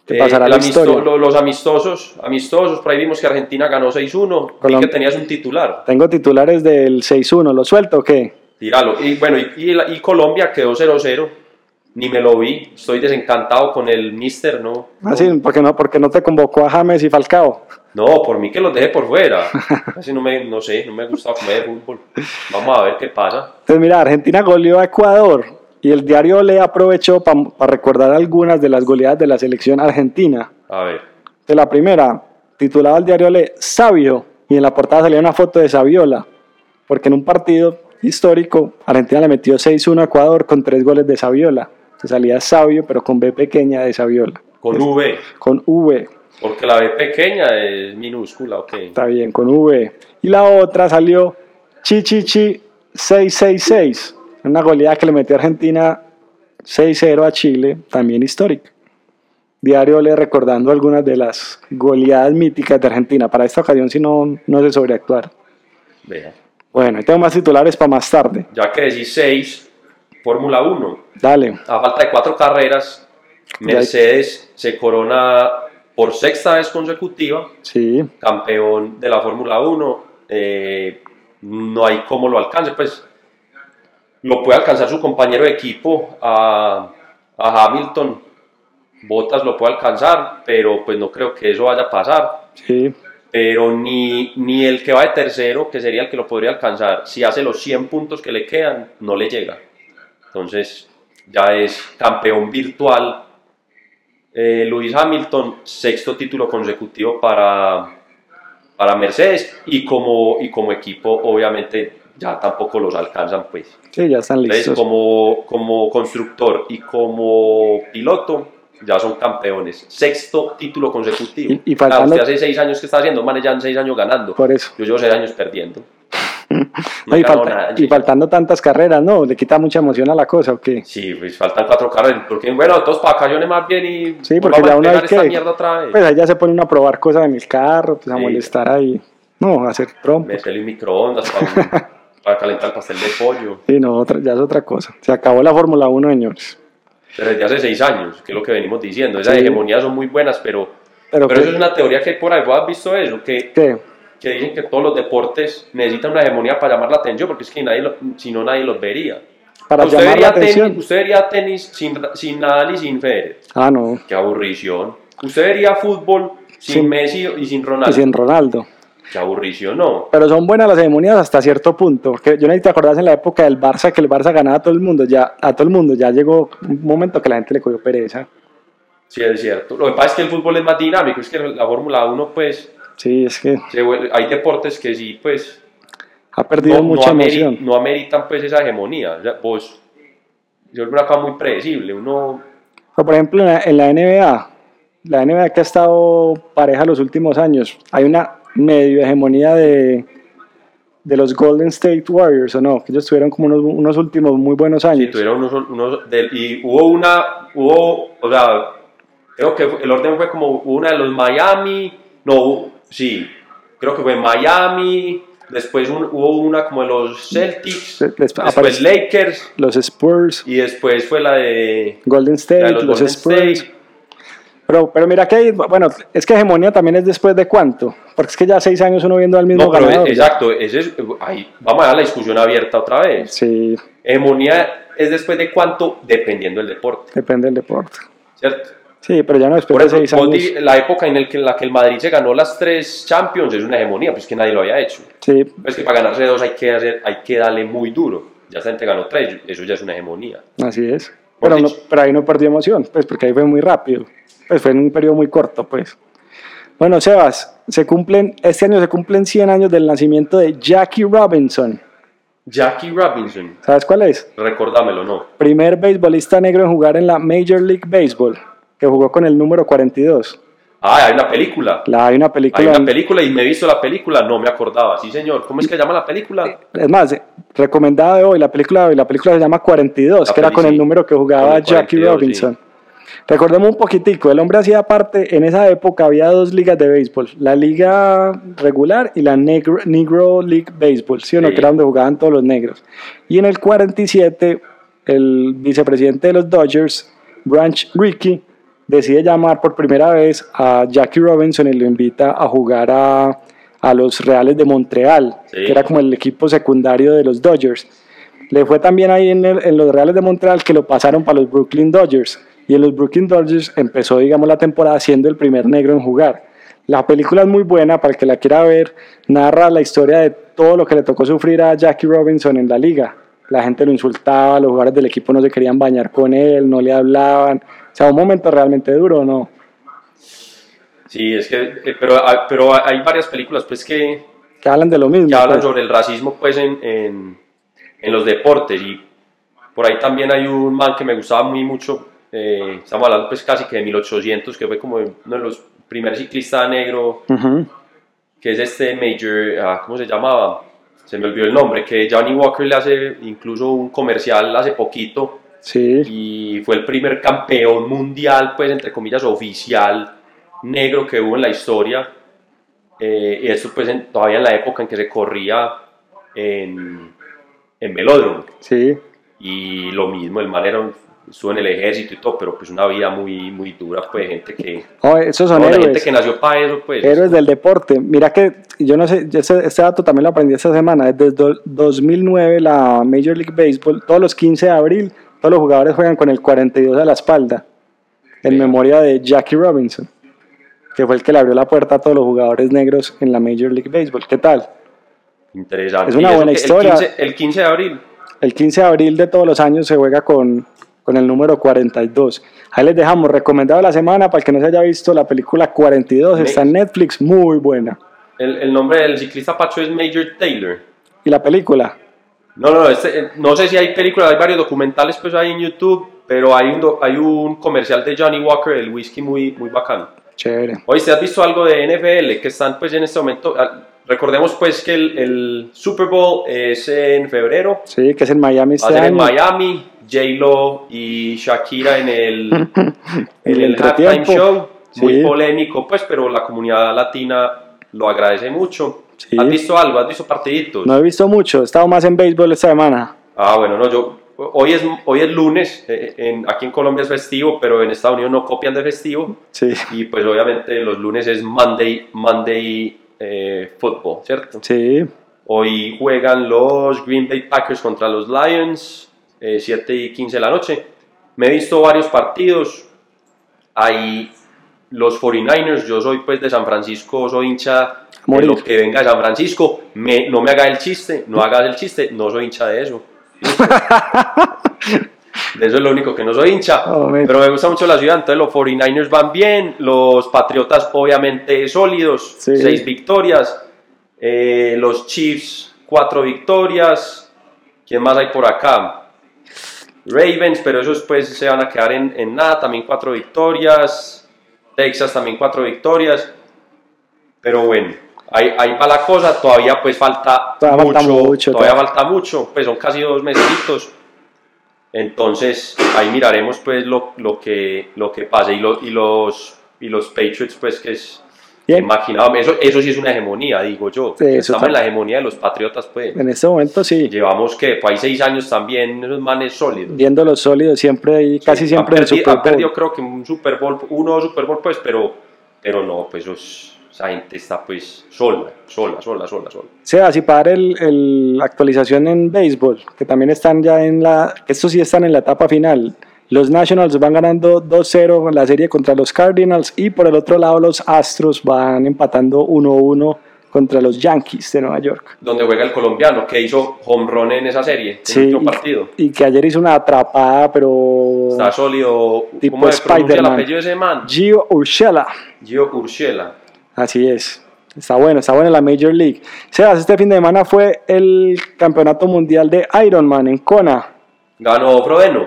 Que Eh, pasará la el amisto- historia. lo- los amistosos, amistosos, por ahí vimos que Argentina ganó 6-1 y Colom- que tenías un titular, Tengo titulares del 6-1. ¿Lo suelto o qué? tíralo. Y bueno, y, y la- y Colombia quedó 0-0, ni me lo vi, estoy desencantado con el mister, ¿no? Así, Ah, porque no, porque no te convocó a James y Falcao. No, por mí que los deje por fuera, casi no me, no sé, no me gusta comer fútbol, vamos a ver qué pasa. Entonces, mira, Argentina goleó a Ecuador y el diario Le aprovechó para recordar algunas de las goleadas de la selección argentina. A ver, de la primera, titulaba el diario Le Sabio, y en la portada salía una foto de Saviola, porque en un partido histórico, Argentina le metió 6-1 a Ecuador con tres goles de Saviola. Se salía Sabio, pero con B pequeña de Saviola, con V, con V, porque la B pequeña es minúscula, ok. está bien, con V. Y la otra salió Chichichi 666, una goleada que le metió Argentina 6-0 a Chile, también histórica. Diario Le recordando algunas de las goleadas míticas de Argentina. Para esta ocasión, si no, no se sobreactuar. Vea. Bueno, y tengo más titulares para más tarde. Ya que decís 6, Fórmula 1. Dale. A falta de cuatro carreras, Mercedes se corona por sexta vez consecutiva Sí, campeón de la Fórmula 1. Eh, no hay cómo lo alcance, pues lo puede alcanzar su compañero de equipo a, a Hamilton. Botas lo puede alcanzar, pero pues no creo que eso vaya a pasar. sí. Pero ni, ni el que va de tercero, que sería el que lo podría alcanzar, si hace los 100 puntos que le quedan, no le llega. Entonces, ya es campeón virtual. Eh, Lewis Hamilton, sexto título consecutivo para, para Mercedes y como, y como equipo, obviamente, ya tampoco los alcanzan, pues. Sí, ya están Entonces, listos. como, como constructor y como piloto, ya son campeones. Sexto título consecutivo. Y- y faltando- Claro, usted hace seis años que está haciendo, man, ya en seis años ganando. Por eso. Yo llevo seis años perdiendo. No, y, Nunca ganó falta- nada, y faltando tantas carreras, ¿no? Le quita mucha emoción a la cosa, ¿o qué? Sí, pues faltan cuatro carreras. Porque, bueno, todos para cayones más bien y Sí, porque volvamos ya a uno hay pegar esta que- mierda otra vez. Pues allá se pone uno a probar cosas en el carro, pues a Sí. molestar ahí. No, a hacer trompa. Meterle un microondas para, para calentar pastel de pollo. Sí, no, otra- ya es otra cosa. Se acabó la Fórmula 1, señores. Pero Desde hace seis años, que es lo que venimos diciendo. Esas Sí. hegemonías son muy buenas, pero, Pero, pero ¿qué- eso es una teoría que hay por ahí. ¿Vos has visto eso? Que, qué? que dicen que todos los deportes necesitan una hegemonía para llamar la atención, porque es que nadie lo- si no nadie los vería. Para usted, llamar la vería tenis, atención. usted vería tenis sin, sin Nadal y sin Federer. Ah, no. Qué aburrición. Usted vería fútbol Sí. sin Messi y sin Y Ronaldo. sin pues Ronaldo. Qué aburrición, no. Pero son buenas las hegemonías hasta cierto punto. Que yo no sé si te acordás en la época del Barça que el Barça ganaba a todo el mundo. Ya, a todo el mundo. Ya llegó un momento que la gente le cogió pereza. Sí, es cierto. Lo que pasa es que el fútbol es más dinámico. Es que la Fórmula 1, pues, Sí, es que se vuelve- hay deportes que sí, pues, ha perdido mucha ameri- emoción. no ameritan, pues, esa hegemonía. O sea, vos, yo una cosa muy predecible. Uno, Pero, por ejemplo, en la, en la NBA, la NBA que ha estado pareja los últimos años, hay una medio hegemonía de, de los Golden State Warriors, ¿o no? Que ellos tuvieron como unos, unos últimos muy buenos si años. tuviera unos, unos del- y hubo una, hubo, o sea, creo que el orden fue como hubo una de los Miami, no, hubo- sí, creo que fue Miami, después un- hubo una como de los Celtics, Se- les- después aparece- Lakers, los Spurs, y después fue la de... Golden State, la de los, Golden Spurs. State. Pero, pero mira que hay, bueno, es que hegemonía también es después de cuánto, porque es que ya seis años uno viendo al mismo No, pero ganador. es- exacto, ese es- ahí, vamos a dejar la discusión abierta otra vez. Sí, Hegemonía es después de cuánto, dependiendo del deporte, depende del deporte. ¿cierto? Sí, pero ya no después Por eso, de seis vos años. di- la época en, el que, en la que el Madrid se ganó las tres Champions es una hegemonía, pues que nadie lo había hecho. Sí, Pues que para ganarse dos hay que, hacer, hay que darle muy duro. Ya esta gente ganó tres, eso ya es una hegemonía. Así es. Por Pero, no- dicho. pero ahí no perdió emoción, pues porque ahí fue muy rápido. Pues fue en un periodo muy corto, pues. Bueno, Sebas, se cumplen, este año se cumplen 100 años del nacimiento de Jackie Robinson. Jackie Robinson. ¿Sabes cuál es? Recordámelo, no. Primer beisbolista negro en jugar en la Major League Baseball, que jugó con el número 42. Ah, hay una película. La, hay una película. Hay una en- película y me he visto la película, no me acordaba. Sí, señor. ¿Cómo es que se llama la película? Es más, eh, recomendada de hoy, la película de hoy, la película se llama 42, La que era peli, con el sí. número que Con jugaba el Jackie 42, Robinson. Recordemos un poquitico, el hombre hacía parte, en esa época había dos ligas de béisbol, la liga regular y la Negro, Negro League Baseball, ¿sí o no? Sí. que era donde jugaban todos los negros. Y en el 47, el vicepresidente de los Dodgers, Branch Rickey, decide llamar por primera vez a Jackie Robinson y lo invita a jugar a, a los Reales de Montreal, Sí. que era como el equipo secundario de los Dodgers. Le fue también ahí en, el- en los Reales de Montreal que lo pasaron para los Brooklyn Dodgers. Y en los Brooklyn Dodgers empezó, digamos, la temporada siendo el primer negro en jugar. La película es muy buena para el que la quiera ver. Narra la historia de todo lo que le tocó sufrir a Jackie Robinson en la liga. La gente lo insultaba, los jugadores del equipo no se querían bañar con él, no le hablaban. O sea, un momento realmente duro, ¿no? Sí, es que, eh, pero, ah, pero hay varias películas pues que, Que hablan de lo mismo. que hablan pues. sobre el racismo pues en, en, en los deportes y por ahí también hay un man que me gustaba muy mucho, eh, estamos hablando pues casi que de 1800, que fue como uno de los primeros ciclistas negro, Ujú. que es este Major, ah, ¿cómo se llamaba? Se me olvidó el nombre, que Johnny Walker le hace incluso un comercial hace poquito Sí, y fue el primer campeón mundial, pues entre comillas, oficial negro que hubo en la historia. Eh, y eso pues en- todavía en la época en que se corría en, en velódromo. sí. Y lo mismo, el man era un- estuvo en el ejército y todo, pero pues una vida muy, muy dura, pues gente que... Oh, esos son no, la gente héroes. que nació para eso, pues... Héroes del deporte. Mira que yo no sé, yo ese, este dato también lo aprendí esta semana. Desde do- 2009 la Major League Baseball, todos los 15 de abril, todos los jugadores juegan con el 42 a la espalda, en Sí. memoria de Jackie Robinson, que fue el que le abrió la puerta a todos los jugadores negros en la Major League Baseball. ¿Qué tal? Interesante. es una Y eso buena que el historia. 15 El 15, de abril. El 15 de abril de todos los años se juega con, con el número 42. Ahí les dejamos recomendado de la semana para el que no se haya visto la película 42. Me- Está en Netflix, muy buena. El, el nombre del ciclista Pacho es Major Taylor. ¿Y la película? No, no, este, eh, no sé si hay películas, hay varios documentales pues hay en YouTube, pero hay un, do- hay un comercial de Johnny Walker del whisky muy, muy bacano. Chévere. Oye, ¿te has visto algo de NFL que están pues en este momento? Ah, Recordemos pues que el, el Super Bowl es en febrero, Sí, que es en Miami este va a ser en año. Miami, J-Lo y Shakira en el, En en el el halftime entretiempo. show, muy Sí. polémico pues, pero la comunidad latina lo agradece mucho. Sí. ¿Has visto algo? ¿Has visto partiditos? No he visto mucho, he estado más en béisbol esta semana. Ah, bueno, no, yo hoy es hoy es lunes, eh, en, aquí en Colombia es festivo, pero en Estados Unidos no copian de festivo Sí, y pues obviamente los lunes es Monday Monday eh, football, ¿cierto? sí, Hoy juegan los Green Bay Packers contra los Lions, eh, 7 y 15 de la noche. Me he visto varios partidos. Hay los 49ers, yo soy pues de San Francisco, soy hincha de Morir. lo que venga de San Francisco. Me- no me haga el chiste, no hagas el chiste, no soy hincha de eso. De eso es lo único que no soy hincha. Oh, man. pero me gusta mucho la ciudad, entonces los 49ers van bien, los Patriotas obviamente sólidos, Sí. seis victorias, eh, los Chiefs cuatro victorias, ¿quién más hay por acá? Ravens, pero esos pues se van a quedar en, en nada, también cuatro victorias, Texas también cuatro victorias, pero bueno, ahí, ahí va la cosa, todavía pues falta, Todavía mucho, falta mucho, todavía falta mucho, pues son casi dos mesecitos. Entonces, ahí miraremos pues lo, lo que, lo que pase. Y, lo- y los, y los Patriots, pues que es Bien. imaginado. Eso, eso sí es una hegemonía, digo yo. Sí, eso Estamos en está- la hegemonía de los Patriotas, pues. en este momento sí. Llevamos que pues, hay seis años también, esos manes sólidos. Viendo los sólidos siempre ahí, casi siempre en han el perdido, Super han perdido, Bowl. creo que un Super Bowl, uno o dos Super Bowl, pues, pero, pero no, pues esos- esa gente está pues sola, sola, sola, sola, sola. Sebas, y para dar el, el- la actualización en béisbol, que también están ya en la, que estos sí están en la etapa final. Los Nationals van ganando 2-0 en la serie contra los Cardinals y por el otro lado los Astros van empatando 1-1 contra los Yankees de Nueva York. Donde juega el colombiano, que hizo home run en esa serie, en el Sí, último y- partido. Y que ayer hizo una atrapada, pero... Está sólido. Tipo ¿Cómo se pronuncia el Spider-Man. apellido de ese man? Gio Urshela. Gio Urshela. Así es. Está bueno, está bueno la Major League. Sebas, este fin de semana fue el campeonato mundial de Ironman en Kona. Ganó Proveno.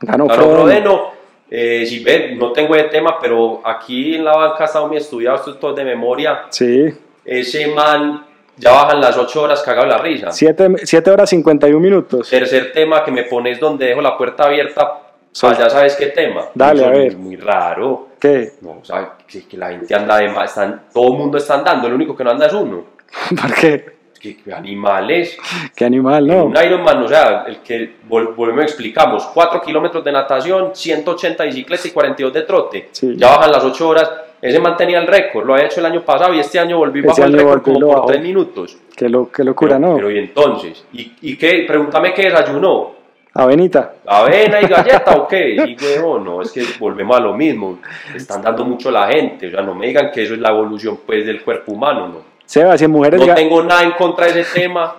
Ganó, Ganó Frodeno. Prodeno. Eh, si ve, no tengo el tema, pero aquí en la banca está muy estudiado, esto es todo de memoria. Sí, Ese man ya bajan las 8 horas cagado en la risa. 7 horas 51 minutos. Tercer tema que me pones donde dejo la puerta abierta, Sol- pues ya sabes qué tema. Dale, a Eso es ver. Muy raro. ¿Qué? No, o sea, que, que la gente anda de más, están, todo el mundo está andando, el único que no anda es uno. ¿Por qué? Que, que animales. Qué animal, ¿no? Un Ironman, o sea, el que vol- volvemos explicamos, 4 kilómetros de natación, 180 de bicicleta y 42 de trote. Sí. Ya bajan las 8 horas. Ese mantenía el récord, lo había hecho el año pasado y este año volví Este bajo el año récord volvió y como lo por bajó. 3 minutos. Qué, lo, qué locura, pero, ¿no? pero y entonces, ¿y, y qué? Pregúntame qué desayunó. Avenita. ¿Avena y galleta o qué? Y huevón, no, es que volvemos a lo mismo. Están dando mucho la gente. O sea, no me digan que eso es la evolución pues del cuerpo humano, no. Sebas, y en mujeres No ga- tengo nada en contra de ese tema,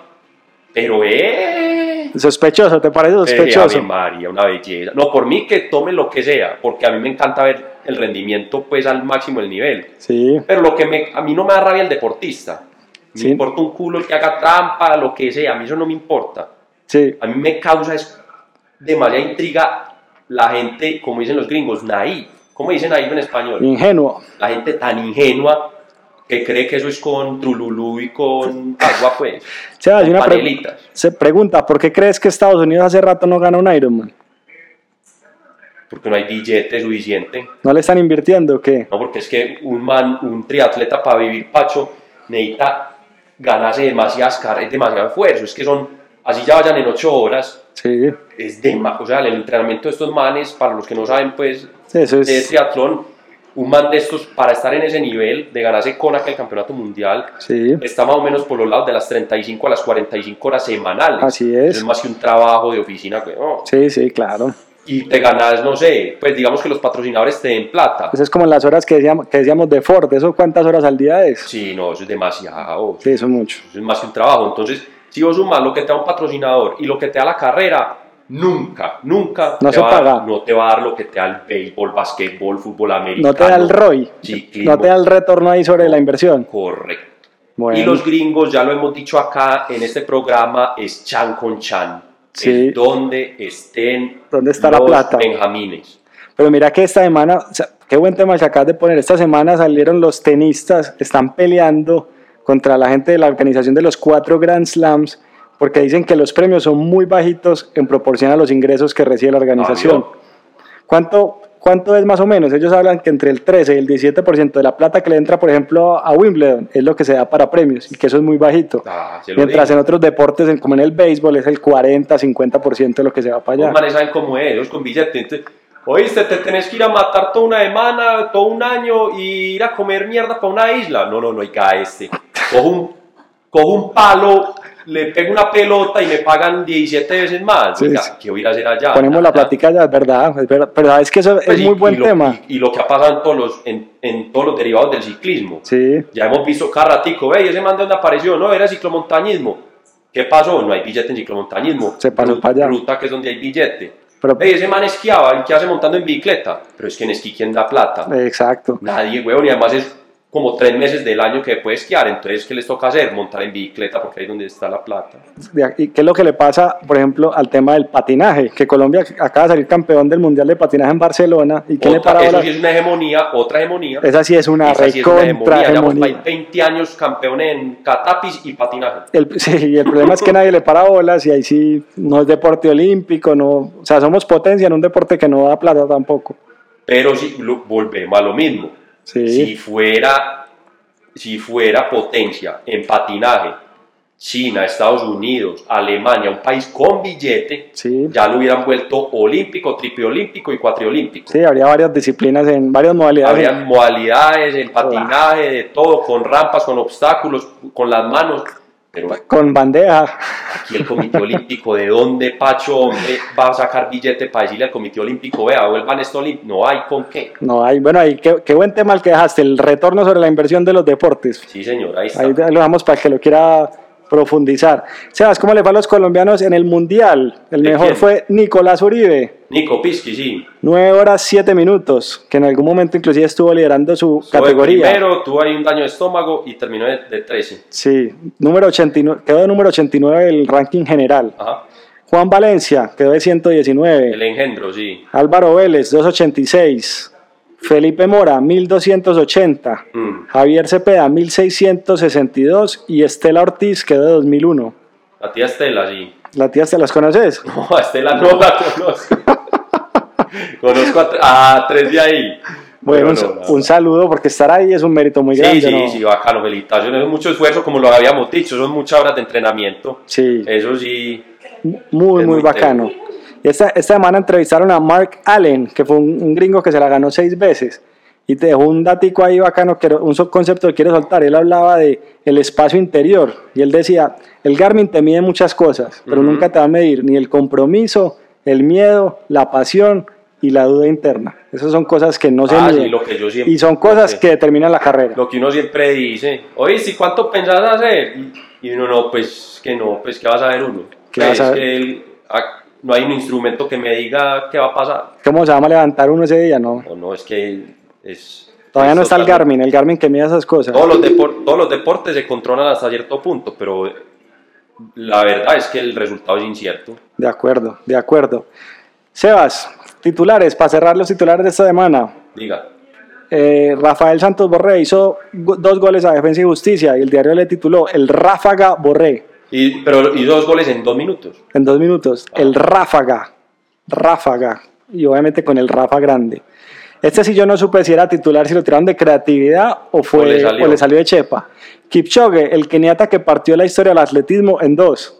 pero eh. sospechoso, ¿te parece sospechoso? Eh, Ave María, una belleza. No, por mí que tome lo que sea, porque a mí me encanta ver el rendimiento pues al máximo el nivel. sí, Pero lo que me, a mí no me da rabia el deportista. Me Sí. importa un culo el que haga trampa, lo que sea, a mí eso no me importa. sí, A mí me causa es demasiada intriga la gente, como dicen los gringos, naí. ¿Cómo dicen naí en español? ingenuo. La gente tan ingenua que cree que eso es con trululú y con agua, pues. Sebas, y con una pre- panelitas. se pregunta, ¿por qué crees que Estados Unidos hace rato no gana un Ironman? Porque no hay billete suficiente. ¿No le están invirtiendo o qué? No, porque es que un man, un triatleta para vivir pacho, necesita ganarse demasiadas carreras, demasiado esfuerzo. Es que son, así ya vayan en ocho horas, Sí, es demasiado. O sea, el entrenamiento de estos manes, para los que no saben, pues, sí, eso de es... triatlón, un man de estos, para estar en ese nivel, de ganarse con aquel campeonato mundial, Sí, está más o menos por los lados de las 35 a las 45 horas semanales. Así es. Es más que un trabajo de oficina, güey, no. sí, sí, claro. Y te ganas, no sé, pues digamos que los patrocinadores te den plata. Eso Pues es como las horas que decíamos, que decíamos de Ford, ¿eso cuántas horas al día es? Sí, no, eso es demasiado. Sí, eso es mucho. Eso es más que un trabajo. Entonces, si vos sumas lo que te da un patrocinador y lo que te da la carrera, nunca, nunca No te se va a dar- paga. no te va a dar lo que te da el béisbol, basquetbol, fútbol americano. No te da el ROI, Ciclismo. no te da el retorno ahí sobre la inversión. Correcto. Bueno. Y los gringos, ya lo hemos dicho acá en este programa, es chan con chan. Sí. Es donde estén ¿Dónde está la los plata? benjamines. Pero mira que esta semana, o sea, qué buen tema el que acabas de poner. Esta semana salieron los tenistas, están peleando contra la gente de la organización de los cuatro Grand Slams, porque dicen que los premios son muy bajitos en proporción a los ingresos que recibe la organización. Adiós. ¿Cuánto, ¿Cuánto es más o menos? Ellos hablan que entre el 13 y el 17% de la plata que le entra, por ejemplo, a Wimbledon es lo que se da para premios y que eso es muy bajito. Ah, se lo Mientras digo. en otros deportes, en- como en el béisbol, es el 40-50% de lo que se va para Los allá. manes saben cómo es, ellos con billete. Entonces, Oíste, te tenés que ir a matar toda una semana, todo un año y ir a comer mierda para una isla. No, no, no, oiga, este. Cojo un, cojo un palo, le pego una pelota y me pagan 17 veces más. Sí, Oiga, sí. ¿qué voy a ir a hacer allá? Ponemos la Nada. plática ya, es verdad, es verdad. Pero es que eso Pues, es y- muy y buen lo- tema. Y, y lo que ha pasado en todos los, en, en todos los derivados del ciclismo. Sí, Ya hemos visto cada ratico, ve, ¿y ese man de dónde apareció, no, era ciclomontañismo. ¿Qué pasó? No hay billete en ciclomontañismo. Se pasó Ru- pa' allá. Ruta que es donde hay billete. pero Ey, ese man esquiaba, ¿y qué hace montando en bicicleta? Pero es que en esquí, ¿quién da plata? exacto. Nadie, weón, y además es como tres meses del año que puede esquiar, entonces, ¿qué les toca hacer? Montar en bicicleta, porque ahí es donde está la plata. De aquí- ¿Qué es lo que le pasa, por ejemplo, al tema del patinaje? Que Colombia acaba de salir campeón del Mundial de Patinaje en Barcelona. ¿Y qué le Otra, paraba eso la- sí es una hegemonía, otra hegemonía. Esa sí es una Esa sí es una recontra hegemonía, ya vamos hegemonía. pa' ahí 20 años campeón en catapis y patinaje. El, sí, y el problema es que nadie le para bolas y ahí sí no es deporte olímpico, no, o sea, somos potencia en un deporte que no da plata tampoco. Pero si lo- volvemos a lo mismo. Sí. Si fuera, si fuera potencia en patinaje, China, Estados Unidos, Alemania, un país con billete, Sí. ya lo hubieran vuelto olímpico, tripiolímpico y cuatriolímpico. Sí, habría varias disciplinas en varias modalidades. Habrían modalidades, el patinaje, de todo, con rampas, con obstáculos, con las manos. Pero Con bandeja. aquí el Comité Olímpico, ¿de dónde, Pacho, hombre, va a sacar billete para decirle al Comité Olímpico, vea, vuelvan esto olímpico? No hay con qué. No hay, bueno, ahí qué, qué buen tema el que dejaste, el retorno sobre la inversión de los deportes. Sí, señor, ahí está. Ahí lo damos para el que lo quiera profundizar. Sebas, ¿cómo le fue a los colombianos en el Mundial? El ¿De mejor quién? fue Nicolás Uribe, Nico Pisky, sí. 9 horas 7 minutos, que en algún momento inclusive estuvo liderando su Fue categoría. Primero tuvo ahí un daño de estómago y terminó de, de 13. Sí, número 89, quedó de número 89 del ranking general. Ajá. Juan Valencia quedó de 119. El engendro, sí. Álvaro Vélez, 286. Felipe Mora, 1280. Mm. Javier Cepeda, 1662. Y Estela Ortiz, que de 2001. La tía Estela, sí. ¿La tía te las conoces? No, a Estela no la conozco. conozco a, tre- a tres de ahí. Bueno, un, Pero no, un no, no. saludo porque estar ahí es un mérito muy Sí, grande. sí, ¿no? sí, bacano, felicitaciones. Es mucho esfuerzo, como lo habíamos dicho, son muchas horas de entrenamiento. Sí, Eso sí, muy, es muy muy bacano. Y esta, esta semana entrevistaron a Mark Allen, que fue un, un gringo que se la ganó seis veces. Y te dejó un datico ahí bacano, que, un so- concepto que quiero soltar. Él hablaba de el espacio interior. Y él decía, el Garmin te mide muchas cosas, pero Ujú. nunca te va a medir ni el compromiso, el miedo, la pasión y la duda interna. Esas son cosas que no se Ah, sí, miden. lo que yo siempre- y son cosas lo que que- determinan la carrera. lo que uno siempre dice, oye, ¿sí cuánto pensás hacer? Y- Y uno, no, pues que no, pues que vas a ver uno. ¿Qué Pues, vas a ver? que el- ah, no hay un instrumento que me diga qué va a pasar. ¿Cómo se llama levantar uno ese día? No. O no, es que es... Todavía es no está el Pues totalmente- Garmin, el Garmin que mide esas cosas. Todos los, depor- todos los deportes se controlan hasta cierto punto, pero la verdad es que el resultado es incierto. De acuerdo, de acuerdo. Sebas, titulares, para cerrar los titulares de esta semana. Diga, Eh, Rafael Santos Borré hizo go- dos goles a Defensa y Justicia y el diario le tituló El Ráfaga Borré y, pero y dos goles en dos minutos. en dos minutos. Ah. El Ráfaga, Ráfaga y obviamente con el Rafa grande. Este sí yo no supe si era titular, si lo tiraron de creatividad o, fue, o, le, le salió. salió. de chepa. Kipchoge, el keniata que partió la historia del atletismo en dos.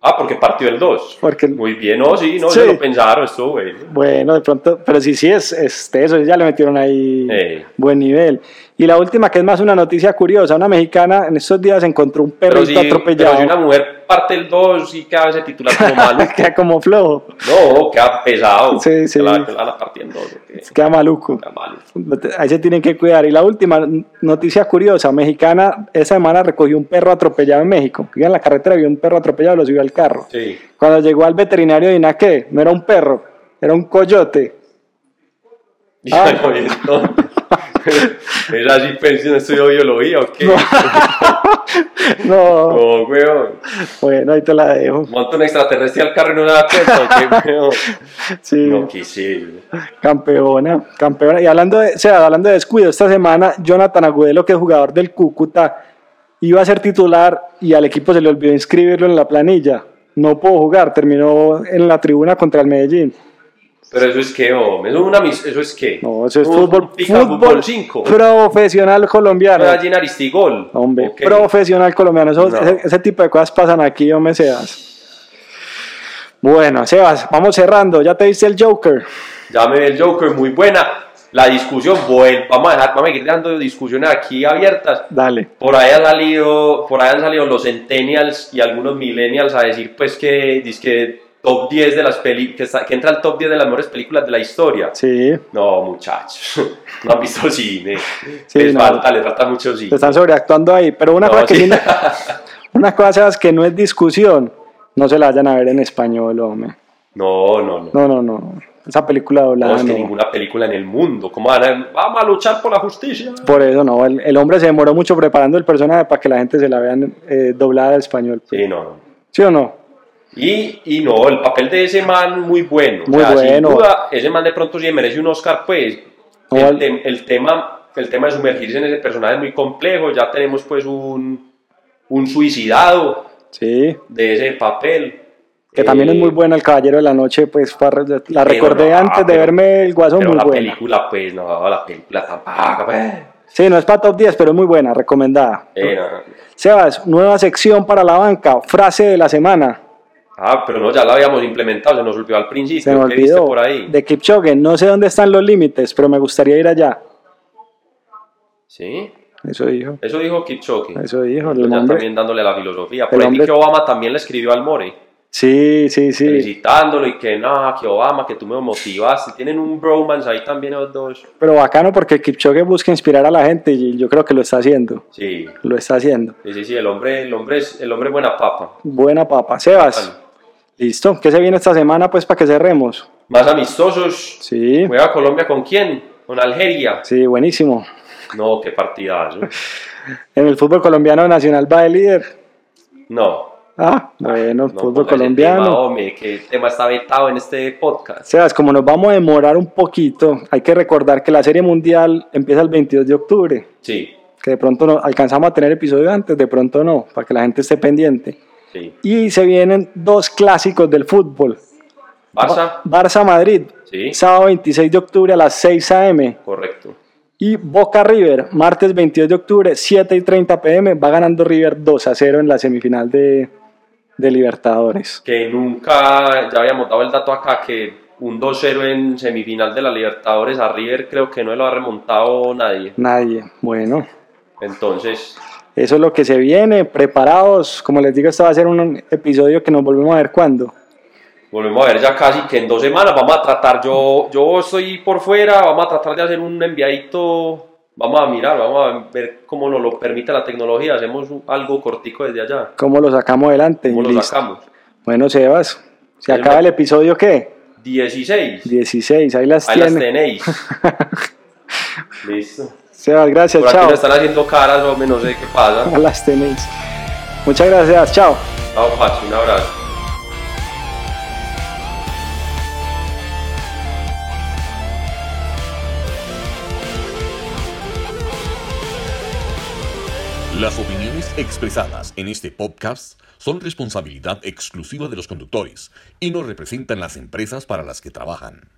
Ah, porque partió el 2. Porque- Muy bien, no, sí, no, Sí. se lo pensaron, estuvo bueno. Bueno, de pronto, pero sí, sí es, este, eso ya le metieron ahí Eh. buen nivel. Y la última, que es más una noticia curiosa, una mexicana en estos días encontró un Pero perrito si, atropellado pero si una mujer parte el 2 y cada vez se titula como maluco. queda como flojo, No, queda pesado. Sí, sí. Que La, que la, la parte el 2, queda maluco. queda malo. Ahí se tienen que cuidar. Y la última noticia curiosa, mexicana, esa semana recogió un perro atropellado en México. Iba en la carretera, vio un perro atropellado, lo subió al carro. Sí. Cuando llegó al veterinario de Inaqué, no era un perro, era un coyote. Ah. Ya no, ya no. Era así, pues, pensé en estudio de biología o qué. No. No, No, weón. bueno, ahí te la dejo. Monta un extraterrestre al carro y no se da cuenta. ¿o qué, weón? Sí. No, que sí. Campeona, campeona. Y hablando de, o sea, hablando de descuido, esta semana Jonathan Agudelo, que es jugador del Cúcuta, iba a ser titular y al equipo se le olvidó inscribirlo en la planilla. No pudo jugar, terminó en la tribuna contra el Medellín. Pero eso es que, hombre, eso, es una mis- eso es que. No, eso es Un- fútbol, un pica fútbol 5. profesional colombiano. Medellín Aristigol. Hombre, Ok. profesional colombiano. Eso- No. ese, ese tipo de cosas pasan aquí, hombre, Sebas. Bueno, Sebas, vamos cerrando. ¿Ya te viste el Joker? Llame el Joker, muy buena. La discusión, bueno, vamos a dejar, vamos a seguir dando discusiones aquí abiertas. Dale. Por ahí, ha salido, por ahí han salido los Centennials y algunos Millennials a decir pues que, dizque top 10 de las peli que, está- que entra al top 10 de las mejores películas de la historia. Sí, No, muchachos, no han visto cine. Sí, les no. Pues falta, les falta mucho te cine. están sobreactuando ahí. Pero una No, cosa que sí. sí- Una cosa Sebas, que no es discusión, no se la vayan a ver en español, hombre. no, no, no. No, no, no. Esa película No, doblada. es que no. ninguna película en el mundo. ¿Cómo van a, vamos a luchar por la justicia? Por eso no. El, el hombre se demoró mucho preparando el personaje para que la gente se la vean eh, doblada al español. Sí, no, no. ¿Sí o no? Y, y no, el papel de ese man muy bueno. Muy Sin bueno. duda, ese man de pronto sí merece un Oscar, pues. No, el, al- tem- el tema, el tema de sumergirse en ese personaje es muy complejo. Ya tenemos pues un, un suicidado Sí. de ese papel. Que también Eh, es muy buena El Caballero de la Noche, pues para- la recordé no, antes de pero- verme El Guasón, Pero muy la buena. película, pues, no, la película tampoco, pues. Sí, no es para top 10, pero es muy buena, recomendada. Eh, no, no. Sebas, nueva sección para la banca, frase de la semana. Ah, pero no, ya la habíamos implementado, se nos olvidó al principio. Se me ¿Qué viste olvidó. por ahí? De Kipchoge, no sé dónde están los límites, pero me gustaría ir allá. Sí, Eso dijo. eso dijo Kipchoge. Eso dijo. El Ya hombre, también dándole la filosofía. el Por ahí hombre- que Obama también le escribió al More. Sí, sí, sí. felicitándolo y que no, que Obama, que tú me motivaste. Tienen un bromance ahí también los dos. Pero bacano porque Kipchoge busca inspirar a la gente y yo creo que lo está haciendo. Sí, Lo está haciendo. sí, sí, sí, el hombre, el hombre es el hombre es buena papa. Buena papa. Sebas, Bacano. listo. ¿Qué se viene esta semana pues para que cerremos? Más amistosos. Sí, Juega Colombia con quién? Con Algeria. sí, buenísimo. No, qué partidazo. En el fútbol colombiano Nacional va de líder. No. Ah, bueno, no pues, fútbol ponga ese colombiano. Tema, hombre, que tema está vetado en este podcast. Sebas, como nos vamos a demorar un poquito, hay que recordar que la Serie Mundial empieza el 22 de octubre, Sí, que de pronto no alcanzamos a tener episodio antes, de pronto no, para que la gente esté pendiente. sí. Y se vienen dos clásicos del fútbol. Barça, Barça-Madrid, sí, sábado 26 de octubre a las 6 a.m. correcto. Y Boca River, martes 22 de octubre, 7 y 30 pm, va ganando River 2 a 0 en la semifinal de, de Libertadores. Que nunca, ya habíamos dado el dato acá, que un 2-0 en semifinal de la Libertadores a River creo que no lo ha remontado nadie. Nadie. Bueno, Entonces, eso es lo que se viene. Preparados. Como les digo, esto va a ser un episodio que nos volvemos a ver cuando. Volvemos a ver ya casi que en dos semanas vamos a tratar, yo, yo estoy por fuera, vamos a tratar de hacer un enviadito, vamos a mirar, vamos a ver cómo nos lo permite la tecnología, hacemos un- algo cortico desde allá, ¿Cómo lo sacamos adelante? cómo Y lo listo. sacamos. Bueno, Sebas, se Sí, acaba me- el episodio ¿qué? 16, 16. Ahí las ahí las tiene. tenéis. Listo. Sebas, gracias. Por aquí Chao. nos están haciendo caras, hombre, no sé qué pasa. Ahí las tenéis. Muchas gracias. Chao. Chao, Pachi, un abrazo. Las opiniones expresadas en este podcast son responsabilidad exclusiva de los conductores y no representan las empresas para las que trabajan.